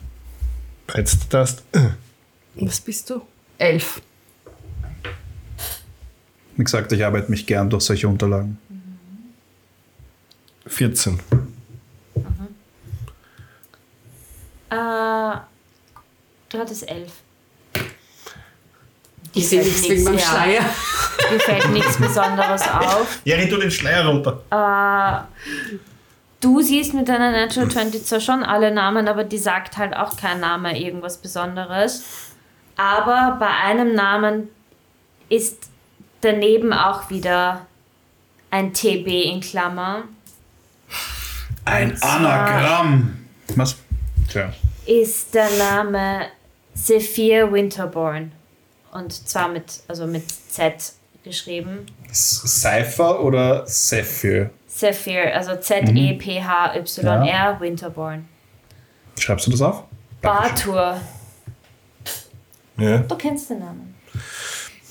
[SPEAKER 2] Jetzt das.
[SPEAKER 5] was bist du? Elf.
[SPEAKER 7] Wie gesagt, ich arbeite mich gern durch solche Unterlagen.
[SPEAKER 2] 14.
[SPEAKER 3] Äh, du hattest elf.
[SPEAKER 5] Ich sehe nichts wegen meinem
[SPEAKER 3] ja.
[SPEAKER 5] Schleier.
[SPEAKER 3] Mir fällt nichts Besonderes auf.
[SPEAKER 2] Ja, tu den Schleier runter.
[SPEAKER 3] Du siehst mit deiner Natural 20 zwar schon alle Namen, aber die sagt halt auch kein Name irgendwas Besonderes. Aber bei einem Namen ist daneben auch wieder ein TB in Klammer.
[SPEAKER 7] Ein Anagramm. Was? Tja.
[SPEAKER 3] Ist der Name Sephir Winterborn. Und zwar mit, also mit Z geschrieben.
[SPEAKER 7] Cypher oder Sephir?
[SPEAKER 3] Sephir, also Z-E-P-H-Y-R, Winterborn.
[SPEAKER 7] Schreibst du das auf?
[SPEAKER 3] Bartur.
[SPEAKER 2] Ja,
[SPEAKER 3] Du kennst den Namen.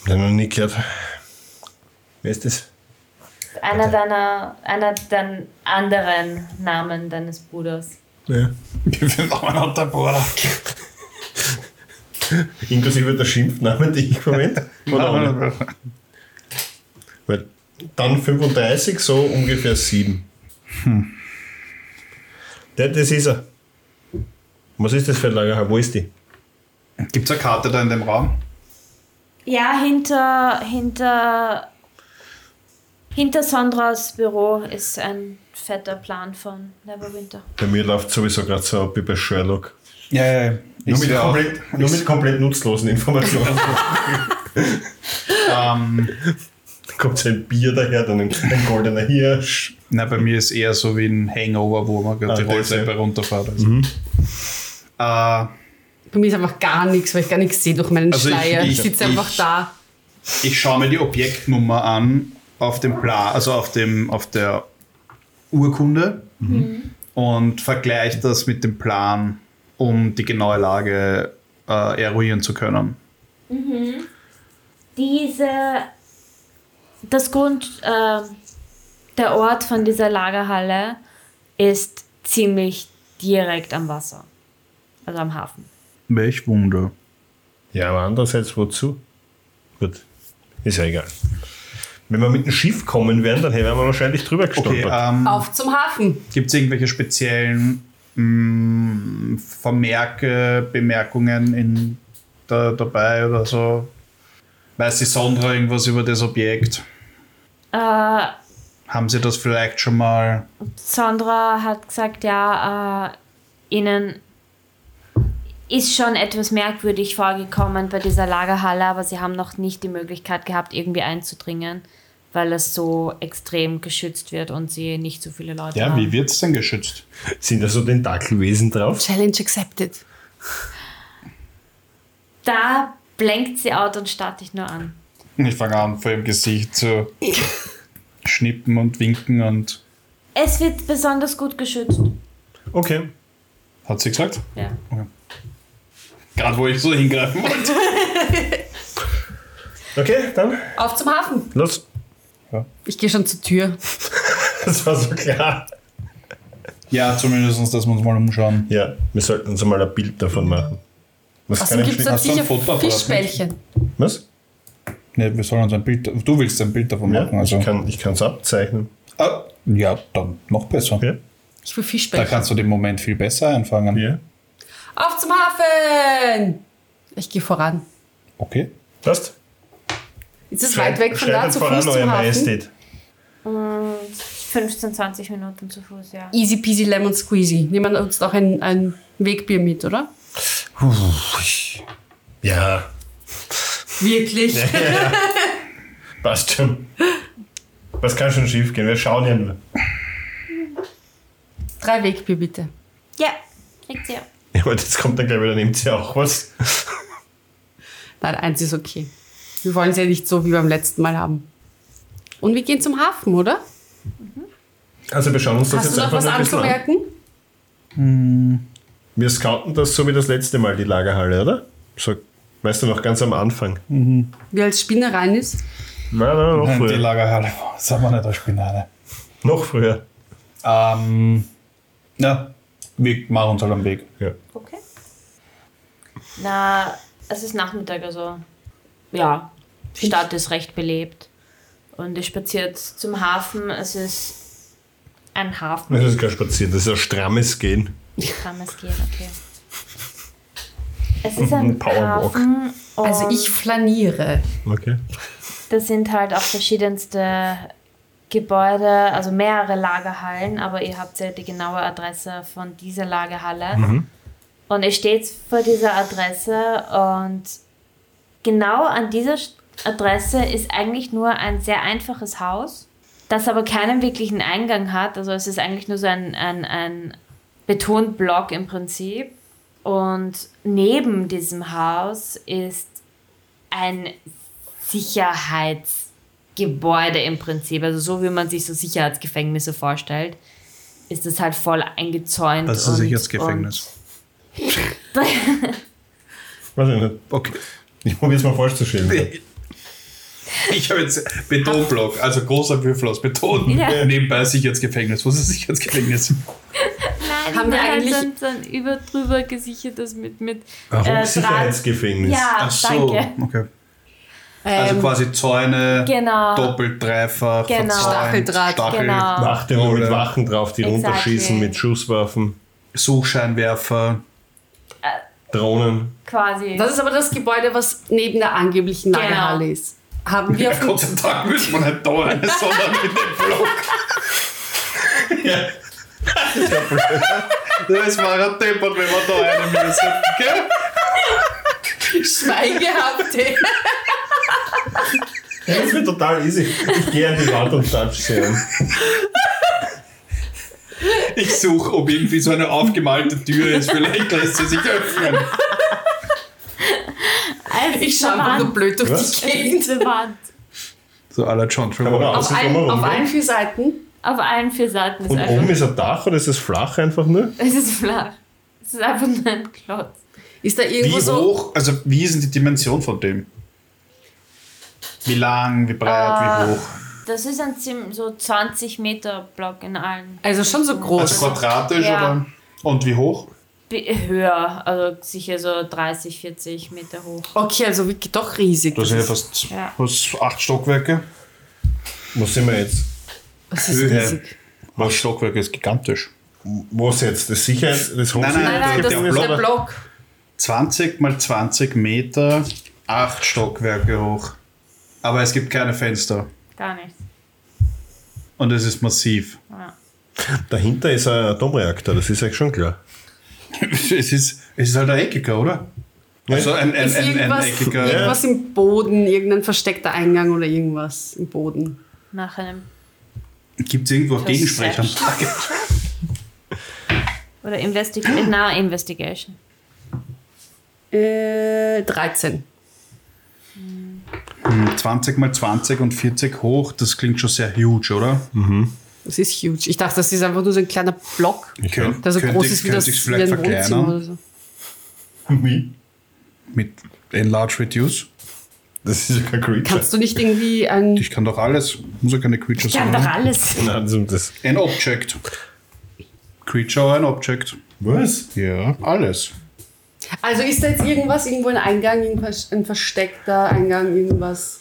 [SPEAKER 2] den noch nie gehört. Wer ist das?
[SPEAKER 3] Einer deiner, einer deiner anderen Namen deines Bruders.
[SPEAKER 2] Ja.
[SPEAKER 7] Ich bin auch ein Bruder.
[SPEAKER 2] Inklusive der Schimpfnamen, die ich verwende. Oder ohne? Weil dann 35, so ungefähr 7. Hm. Der, das ist er. Was ist das für ein Lagerhaus? Wo ist die?
[SPEAKER 7] Gibt es eine Karte da in dem Raum?
[SPEAKER 3] Ja, hinter, hinter, hinter Sondras Büro ist ein fetter Plan von Neverwinter.
[SPEAKER 2] Bei mir läuft sowieso gerade so ab wie bei Sherlock.
[SPEAKER 7] Ja, ja, ja.
[SPEAKER 2] Nur mit,
[SPEAKER 7] seh auch-
[SPEAKER 2] komplett, nur mit komplett nutzlosen Informationen.
[SPEAKER 7] ähm,
[SPEAKER 2] kommt so ein Bier daher, dann ein, ein goldener Hirsch.
[SPEAKER 7] Na, bei mir ist eher so wie ein Hangover, wo man gerade
[SPEAKER 2] Ah,
[SPEAKER 7] die
[SPEAKER 2] das,
[SPEAKER 7] Rolltreppe
[SPEAKER 2] ja.
[SPEAKER 7] runterfährt. Also. Äh,
[SPEAKER 5] Bei mir ist einfach gar nichts, weil ich gar nichts sehe durch meinen
[SPEAKER 7] Also ich-
[SPEAKER 5] Schleier. Ich,
[SPEAKER 7] ich-
[SPEAKER 5] sitze einfach
[SPEAKER 7] ich-
[SPEAKER 5] da.
[SPEAKER 7] ich schaue mir die Objektnummer an auf dem Plan, also auf, dem, auf der Urkunde und vergleiche das mit dem Plan, um die genaue Lage äh, eruieren zu können.
[SPEAKER 3] Diese, das Grund, äh, der Ort von dieser Lagerhalle ist ziemlich direkt am Wasser. Also am Hafen.
[SPEAKER 7] Welch Wunder.
[SPEAKER 2] Ja, aber andererseits wozu? Gut, ist ja egal. Wenn wir mit dem Schiff kommen wären, dann hätten wir wahrscheinlich drüber
[SPEAKER 7] Okay,
[SPEAKER 2] gestolpert.
[SPEAKER 7] ähm,
[SPEAKER 5] Auf zum Hafen.
[SPEAKER 7] Gibt es irgendwelche speziellen mh, Vermerke, Bemerkungen in, da, dabei oder so? Weiß die Sondra irgendwas über das Objekt?
[SPEAKER 3] Äh,
[SPEAKER 7] Haben sie das vielleicht schon mal?
[SPEAKER 3] Sandra hat gesagt, ja, äh, ihnen ist schon etwas merkwürdig vorgekommen bei dieser Lagerhalle, aber sie haben noch nicht die Möglichkeit gehabt, irgendwie einzudringen, weil es so extrem geschützt wird und sie nicht so viele Leute haben.
[SPEAKER 7] wird es denn geschützt?
[SPEAKER 2] Sind da so Tentakelwesen drauf?
[SPEAKER 5] Challenge accepted.
[SPEAKER 3] Da blenkt sie out und starrt dich nur an.
[SPEAKER 7] Ich fange an, vor ihrem Gesicht zu schnippen und winken und.
[SPEAKER 3] Es wird besonders gut geschützt.
[SPEAKER 2] Okay.
[SPEAKER 7] Hat sie gesagt?
[SPEAKER 3] Ja.
[SPEAKER 7] Gerade wo ich so hingreifen wollte.
[SPEAKER 2] Okay, dann
[SPEAKER 5] Auf zum Hafen.
[SPEAKER 2] los.
[SPEAKER 5] Ich gehe schon zur Tür.
[SPEAKER 2] Das war so klar.
[SPEAKER 7] Ja, zumindest, dass wir uns mal umschauen.
[SPEAKER 2] Ja, wir sollten uns mal ein Bild davon machen. Was
[SPEAKER 5] Außerdem gibt es dort
[SPEAKER 7] hast du ein
[SPEAKER 5] sicher
[SPEAKER 7] Fotoapparat mit?
[SPEAKER 5] Fischbällchen.
[SPEAKER 2] Was?
[SPEAKER 7] Ne, wir sollen uns ein Bild. Du willst ein Bild davon
[SPEAKER 2] Ja,
[SPEAKER 7] machen, also.
[SPEAKER 2] ich kann es abzeichnen.
[SPEAKER 7] Ah, ja, dann noch besser.
[SPEAKER 2] Ja.
[SPEAKER 5] Ich will
[SPEAKER 7] Da
[SPEAKER 5] Fischbällchen.
[SPEAKER 7] kannst du den Moment viel besser einfangen.
[SPEAKER 2] Ja.
[SPEAKER 5] Auf zum Hafen. Ich gehe voran.
[SPEAKER 7] Okay.
[SPEAKER 2] Passt?
[SPEAKER 5] Ist es weit weg von da
[SPEAKER 2] Schreitet
[SPEAKER 5] zu
[SPEAKER 2] voran,
[SPEAKER 5] Fuß
[SPEAKER 2] Euer
[SPEAKER 5] zum Hafen?
[SPEAKER 2] Majestät.
[SPEAKER 3] Und 15, 20 Minuten zu Fuß, ja.
[SPEAKER 5] Easy peasy lemon squeezy. Nehmen wir uns noch ein, ein Wegbier mit, oder?
[SPEAKER 2] Ja,
[SPEAKER 5] Wirklich?
[SPEAKER 2] Passt schon. Was kann schon schief gehen? Wir schauen ja nur.
[SPEAKER 5] Drei Wegbier bitte.
[SPEAKER 3] Ja, kriegt sie ja.
[SPEAKER 2] Ja, aber jetzt kommt dann gleich wieder, nimmt sie auch was.
[SPEAKER 5] Nein, eins ist okay. Wir wollen es ja nicht so wie beim letzten Mal haben. Und wir gehen zum Hafen, oder?
[SPEAKER 2] Also wir schauen uns das
[SPEAKER 5] Hast
[SPEAKER 2] jetzt
[SPEAKER 5] du noch
[SPEAKER 2] einfach
[SPEAKER 5] was
[SPEAKER 2] nur ein bisschen an.
[SPEAKER 5] anzumerken?
[SPEAKER 2] Wir scouten das so wie das letzte Mal, die Lagerhalle, oder? So, weißt du noch, ganz am Anfang.
[SPEAKER 5] Wie als Spinne rein ist?
[SPEAKER 2] Nein, nein, noch
[SPEAKER 7] Nein, die
[SPEAKER 2] früher.
[SPEAKER 7] Lagerhalle. Sagen wir nicht eine Spinane.
[SPEAKER 2] Noch früher.
[SPEAKER 7] Ähm, ja, wir machen uns halt am Weg.
[SPEAKER 2] Ja.
[SPEAKER 3] Okay. Na, es ist Nachmittag, also ja, die Stadt ist recht belebt. Und ihr spaziert zum Hafen. Es ist ein Hafen,
[SPEAKER 2] Das ist kein Spazieren, das ist ein strammes Gehen.
[SPEAKER 3] kann man es gehen, okay. Es ist
[SPEAKER 2] Ein
[SPEAKER 3] ein
[SPEAKER 2] Powerwalk.
[SPEAKER 3] Hafen. Und
[SPEAKER 5] Also ich flaniere.
[SPEAKER 2] Okay.
[SPEAKER 3] Da sind halt auch verschiedenste Gebäude, also mehrere Lagerhallen, aber ihr habt ja die genaue Adresse von dieser Lagerhalle. Und ihr steht vor dieser Adresse und genau an dieser St- Adresse ist eigentlich nur ein sehr einfaches Haus, das aber keinen wirklichen Eingang hat. Also es ist eigentlich nur so ein, ein, ein Betonblock im Prinzip. Und neben diesem Haus ist ein Sicherheitsgebäude im Prinzip. Also so wie man sich so Sicherheitsgefängnisse vorstellt, ist das halt voll eingezäunt.
[SPEAKER 7] Das ist ein Sicherheitsgefängnis.
[SPEAKER 2] Weiß ich nicht.
[SPEAKER 7] Okay.
[SPEAKER 2] Ich probiere es mal vorzustellen.
[SPEAKER 7] Ich habe jetzt Betonblock, also großer Würfel aus Beton.
[SPEAKER 3] Ja.
[SPEAKER 7] Nebenbei Sicherheitsgefängnis. Was ist Sicherheitsgefängnis?
[SPEAKER 3] Nein,
[SPEAKER 5] Haben wir
[SPEAKER 3] nein,
[SPEAKER 5] eigentlich-
[SPEAKER 3] dann, dann über drüber gesichertes mit mit
[SPEAKER 2] Warum
[SPEAKER 3] äh, Draht.
[SPEAKER 2] Sicherheitsgefängnis?
[SPEAKER 3] Ja, danke.
[SPEAKER 7] okay. Also
[SPEAKER 5] Ähm,
[SPEAKER 7] quasi Zäune,
[SPEAKER 3] Genau.
[SPEAKER 7] doppelt, dreifach,
[SPEAKER 3] Genau.
[SPEAKER 7] verzäunt,
[SPEAKER 5] Stacheldraht,
[SPEAKER 7] Stachel,
[SPEAKER 3] Genau.
[SPEAKER 2] Wachte wo mit
[SPEAKER 7] Oder
[SPEAKER 2] Wachen drauf, die
[SPEAKER 3] Exactly.
[SPEAKER 2] runterschießen mit Schusswaffen,
[SPEAKER 7] Suchscheinwerfer.
[SPEAKER 4] Äh,
[SPEAKER 2] Drohnen.
[SPEAKER 3] quasi.
[SPEAKER 5] Das ist aber das Gebäude, was neben der angeblichen Lagerhalle
[SPEAKER 3] Genau.
[SPEAKER 5] ist. Haben wir auf dem
[SPEAKER 7] Gott sei Dank müssen wir nicht da rein, sondern in den Block.
[SPEAKER 2] Ja, blöd.
[SPEAKER 7] Das war ein Tempo, wenn wir da einen müssen. Gell?
[SPEAKER 5] Schweige habt ihr.
[SPEAKER 2] Das wird total easy. Ich gehe an die Wand und touch sie an.
[SPEAKER 7] Ich suche, ob irgendwie so eine aufgemalte Tür ist. Vielleicht lässt sie sich öffnen.
[SPEAKER 4] Also,
[SPEAKER 5] Ich schaue einfach nur blöd durch
[SPEAKER 2] Was?
[SPEAKER 5] die Gegend.
[SPEAKER 4] Diese Wand.
[SPEAKER 7] So aller John Travolta.
[SPEAKER 5] Auf, ein, auf allen vier Seiten.
[SPEAKER 4] Auf allen vier Seiten ist
[SPEAKER 2] Und oben
[SPEAKER 4] einfach.
[SPEAKER 2] ist ein Dach oder ist es flach einfach nur?
[SPEAKER 4] Es ist flach. Es ist einfach nur ein Klotz.
[SPEAKER 5] Ist da
[SPEAKER 7] Wie
[SPEAKER 5] irgendwo so.
[SPEAKER 7] hoch, also wie ist denn die Dimension von dem? Wie lang, wie
[SPEAKER 3] Ah.
[SPEAKER 7] breit, wie hoch?
[SPEAKER 3] Das ist ein ziemlich so 20 Meter Block in allen.
[SPEAKER 5] Also schon so
[SPEAKER 7] Also
[SPEAKER 5] groß.
[SPEAKER 7] quadratisch
[SPEAKER 3] Ja.
[SPEAKER 7] oder? Und wie hoch?
[SPEAKER 3] B- Höher, also sicher so 30, 40 Meter hoch.
[SPEAKER 5] Okay, also wirklich doch riesig.
[SPEAKER 7] Das sind ja fast,
[SPEAKER 3] Ja.
[SPEAKER 7] fast acht Stockwerke.
[SPEAKER 2] Wo sind wir jetzt?
[SPEAKER 5] Das ist
[SPEAKER 7] Höhe.
[SPEAKER 5] riesig.
[SPEAKER 7] Was Stockwerke ist gigantisch.
[SPEAKER 2] Wo ist jetzt? Das Sicherheit, das Hochsicherheit?
[SPEAKER 7] Nein,
[SPEAKER 5] Nein, nein,
[SPEAKER 7] gibt
[SPEAKER 5] das
[SPEAKER 7] ja
[SPEAKER 5] ist
[SPEAKER 7] auch
[SPEAKER 5] der
[SPEAKER 7] Block.
[SPEAKER 5] Block.
[SPEAKER 7] 20 mal 20 Meter, acht Stockwerke hoch. Aber es gibt keine Fenster.
[SPEAKER 3] Gar nichts.
[SPEAKER 7] Und es ist massiv.
[SPEAKER 2] Dahinter ist ein Atomreaktor, das ist eigentlich schon klar.
[SPEAKER 7] Es ist, es ist halt ein eckiger, oder? Also ein, ein,
[SPEAKER 5] Ist
[SPEAKER 7] ein, ein,
[SPEAKER 5] irgendwas,
[SPEAKER 7] eckiger.
[SPEAKER 5] irgendwas im Boden, irgendein versteckter Eingang oder irgendwas im Boden.
[SPEAKER 3] Nach einem.
[SPEAKER 7] Gibt es irgendwo auch Gegensprechanlage?
[SPEAKER 3] Oder Investigation. Na, Investigation.
[SPEAKER 5] Äh, 13.
[SPEAKER 7] 20 mal 20 und 40 hoch, das klingt schon sehr huge, oder?
[SPEAKER 5] Das ist huge. Ich dachte, das ist einfach nur so ein kleiner Block,
[SPEAKER 7] Könnt-
[SPEAKER 5] der so
[SPEAKER 7] könnte
[SPEAKER 5] groß
[SPEAKER 7] ich-
[SPEAKER 5] ist wie
[SPEAKER 7] könnte
[SPEAKER 5] das
[SPEAKER 7] ich's
[SPEAKER 5] wie ein Wohnzimmer oder so.
[SPEAKER 7] Mit Enlarge Reduce?
[SPEAKER 2] Das ist ja kein Creature.
[SPEAKER 5] Kannst du nicht irgendwie ein.
[SPEAKER 7] Ich kann doch alles, muss ja keine Creature
[SPEAKER 3] Ich kann
[SPEAKER 7] sein.
[SPEAKER 3] doch
[SPEAKER 7] oder?
[SPEAKER 3] alles.
[SPEAKER 2] Nein, das- das.
[SPEAKER 7] Ein Object. Creature oder ein Object?
[SPEAKER 2] Was?
[SPEAKER 7] Ja, alles.
[SPEAKER 5] Also ist da jetzt irgendwas, irgendwo ein Eingang, irgendwas, ein versteckter Eingang, irgendwas?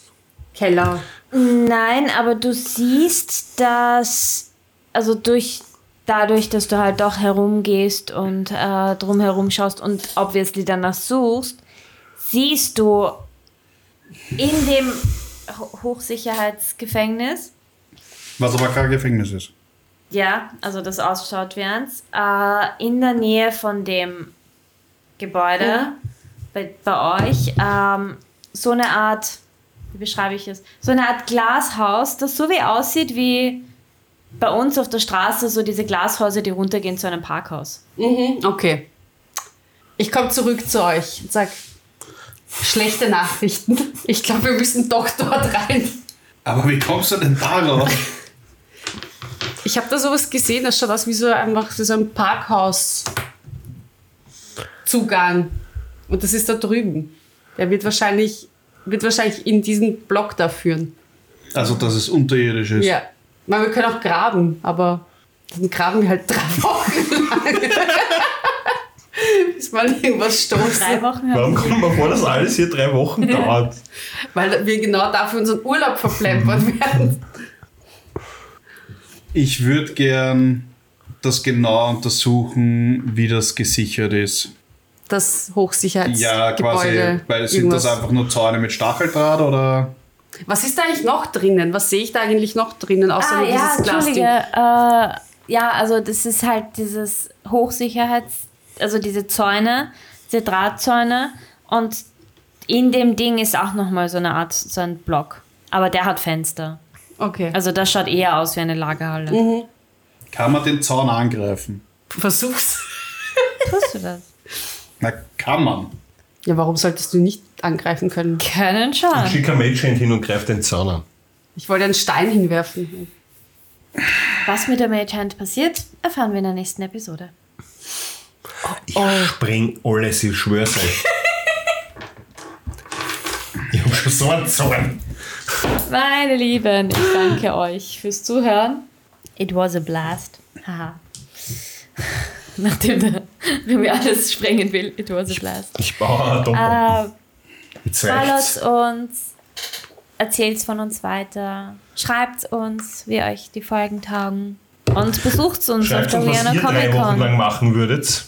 [SPEAKER 5] Keller.
[SPEAKER 3] Nein, aber du siehst, dass, also durch, dadurch, dass du halt doch herumgehst und äh, drumherum schaust und obviously danach suchst, siehst du in dem Ho- Hochsicherheitsgefängnis,
[SPEAKER 7] Was aber kein Gefängnis ist.
[SPEAKER 3] ja, also das ausschaut wie eins, äh, in der Nähe von dem Gebäude bei, bei euch, ähm, so eine Art, wie beschreibe ich es, so eine Art Glashaus, das so wie aussieht wie bei uns auf der Straße, so diese Glashäuser, die runtergehen zu einem Parkhaus.
[SPEAKER 5] Mhm, okay. Ich komme zurück zu euch und sag schlechte Nachrichten. Ich glaube, wir müssen doch dort rein.
[SPEAKER 7] Aber wie kommst du denn darauf?
[SPEAKER 5] Ich habe da sowas gesehen, das schaut aus wie so einfach so ein Parkhaus-Zugang. Und das ist da drüben. Der wird wahrscheinlich, wird wahrscheinlich in diesen Block da führen.
[SPEAKER 7] also, dass es unterirdisch ist.
[SPEAKER 5] Ja. Man, wir können auch graben, aber dann graben wir halt drei Wochen lang. Bis man irgendwas
[SPEAKER 3] Drei
[SPEAKER 5] stoßen.
[SPEAKER 3] Wochen
[SPEAKER 2] Warum kommt man vor, dass alles hier drei Wochen dauert?
[SPEAKER 5] Weil wir genau dafür unseren Urlaub verplempert werden.
[SPEAKER 7] Ich würde gern das genau untersuchen, wie das gesichert ist.
[SPEAKER 5] Das Hochsicherheitsgebäude.
[SPEAKER 7] Ja, quasi. weil sind
[SPEAKER 5] irgendwas.
[SPEAKER 7] das einfach nur Zäune mit Stacheldraht oder?
[SPEAKER 5] Was ist da eigentlich noch drinnen? Was sehe ich da eigentlich noch drinnen, außer
[SPEAKER 3] Ah,
[SPEAKER 5] nur
[SPEAKER 3] ja,
[SPEAKER 5] dieses Glasding?
[SPEAKER 3] Entschuldige. Äh, ja, also das ist halt dieses Hochsicherheits... Also diese Zäune, diese Drahtzäune. Und in dem Ding ist auch nochmal so eine Art, so ein Block. Aber der hat Fenster.
[SPEAKER 5] Okay.
[SPEAKER 3] Also das schaut eher aus wie eine Lagerhalle.
[SPEAKER 7] Kann man den Zaun angreifen?
[SPEAKER 5] versuch's.
[SPEAKER 3] Tust du das?
[SPEAKER 7] Na, kann man.
[SPEAKER 5] Ja, warum solltest du nicht angreifen können?
[SPEAKER 3] Können schon.
[SPEAKER 2] Schicker Mädchen hin und greift den Zaun an.
[SPEAKER 5] Ich wollte einen Stein hinwerfen.
[SPEAKER 3] Was mit der Mage Hand passiert, erfahren wir in der nächsten Episode.
[SPEAKER 2] Ich spreng alles, ich schwör's euch. ich hab schon so einen Zorn.
[SPEAKER 4] Meine Lieben, ich danke euch fürs Zuhören.
[SPEAKER 3] It was a blast. Haha.
[SPEAKER 4] Nachdem der Remy alles sprengen will, it was a blast.
[SPEAKER 2] Ich baue einen Atomraum.
[SPEAKER 3] Äh,
[SPEAKER 2] Jetzt
[SPEAKER 3] Followt
[SPEAKER 2] reicht's.
[SPEAKER 3] uns, erzählt von uns weiter, schreibt uns, wie euch die Folgen taugen und besucht uns
[SPEAKER 2] Schreibt
[SPEAKER 3] auf
[SPEAKER 2] uns,
[SPEAKER 3] der
[SPEAKER 2] was
[SPEAKER 3] Vienna
[SPEAKER 2] ihr drei
[SPEAKER 3] Comic
[SPEAKER 2] Wochen
[SPEAKER 3] Con
[SPEAKER 2] lang machen würdet.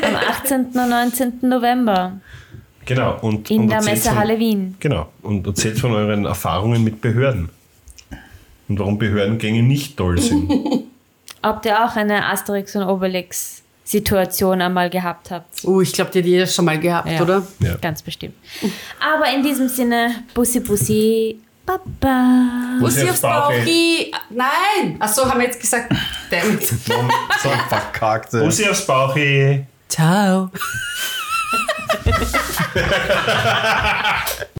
[SPEAKER 3] am 18. und 19. November
[SPEAKER 2] Genau. Und,
[SPEAKER 3] in
[SPEAKER 2] und
[SPEAKER 3] der
[SPEAKER 2] erzählt von-
[SPEAKER 3] Messehalle Wien.
[SPEAKER 2] Genau. Und erzählt von euren Erfahrungen mit Behörden. Und warum Behördengänge nicht toll sind.
[SPEAKER 3] ob ihr auch eine Asterix- und Obelix-Situation einmal gehabt habt.
[SPEAKER 5] Oh, ich glaube, die hat jeder schon mal gehabt,
[SPEAKER 3] Ja.
[SPEAKER 5] oder?
[SPEAKER 2] Ja.
[SPEAKER 3] Ganz bestimmt. Aber in diesem Sinne, Bussi Bussi, Baba.
[SPEAKER 5] Bussi aufs
[SPEAKER 2] Bauchi.
[SPEAKER 5] Bauchi. Nein! Achso, haben wir jetzt gesagt. Damn it.
[SPEAKER 7] So ein verkackte.
[SPEAKER 1] Bussi aufs Bauch, ey.
[SPEAKER 5] Ciao.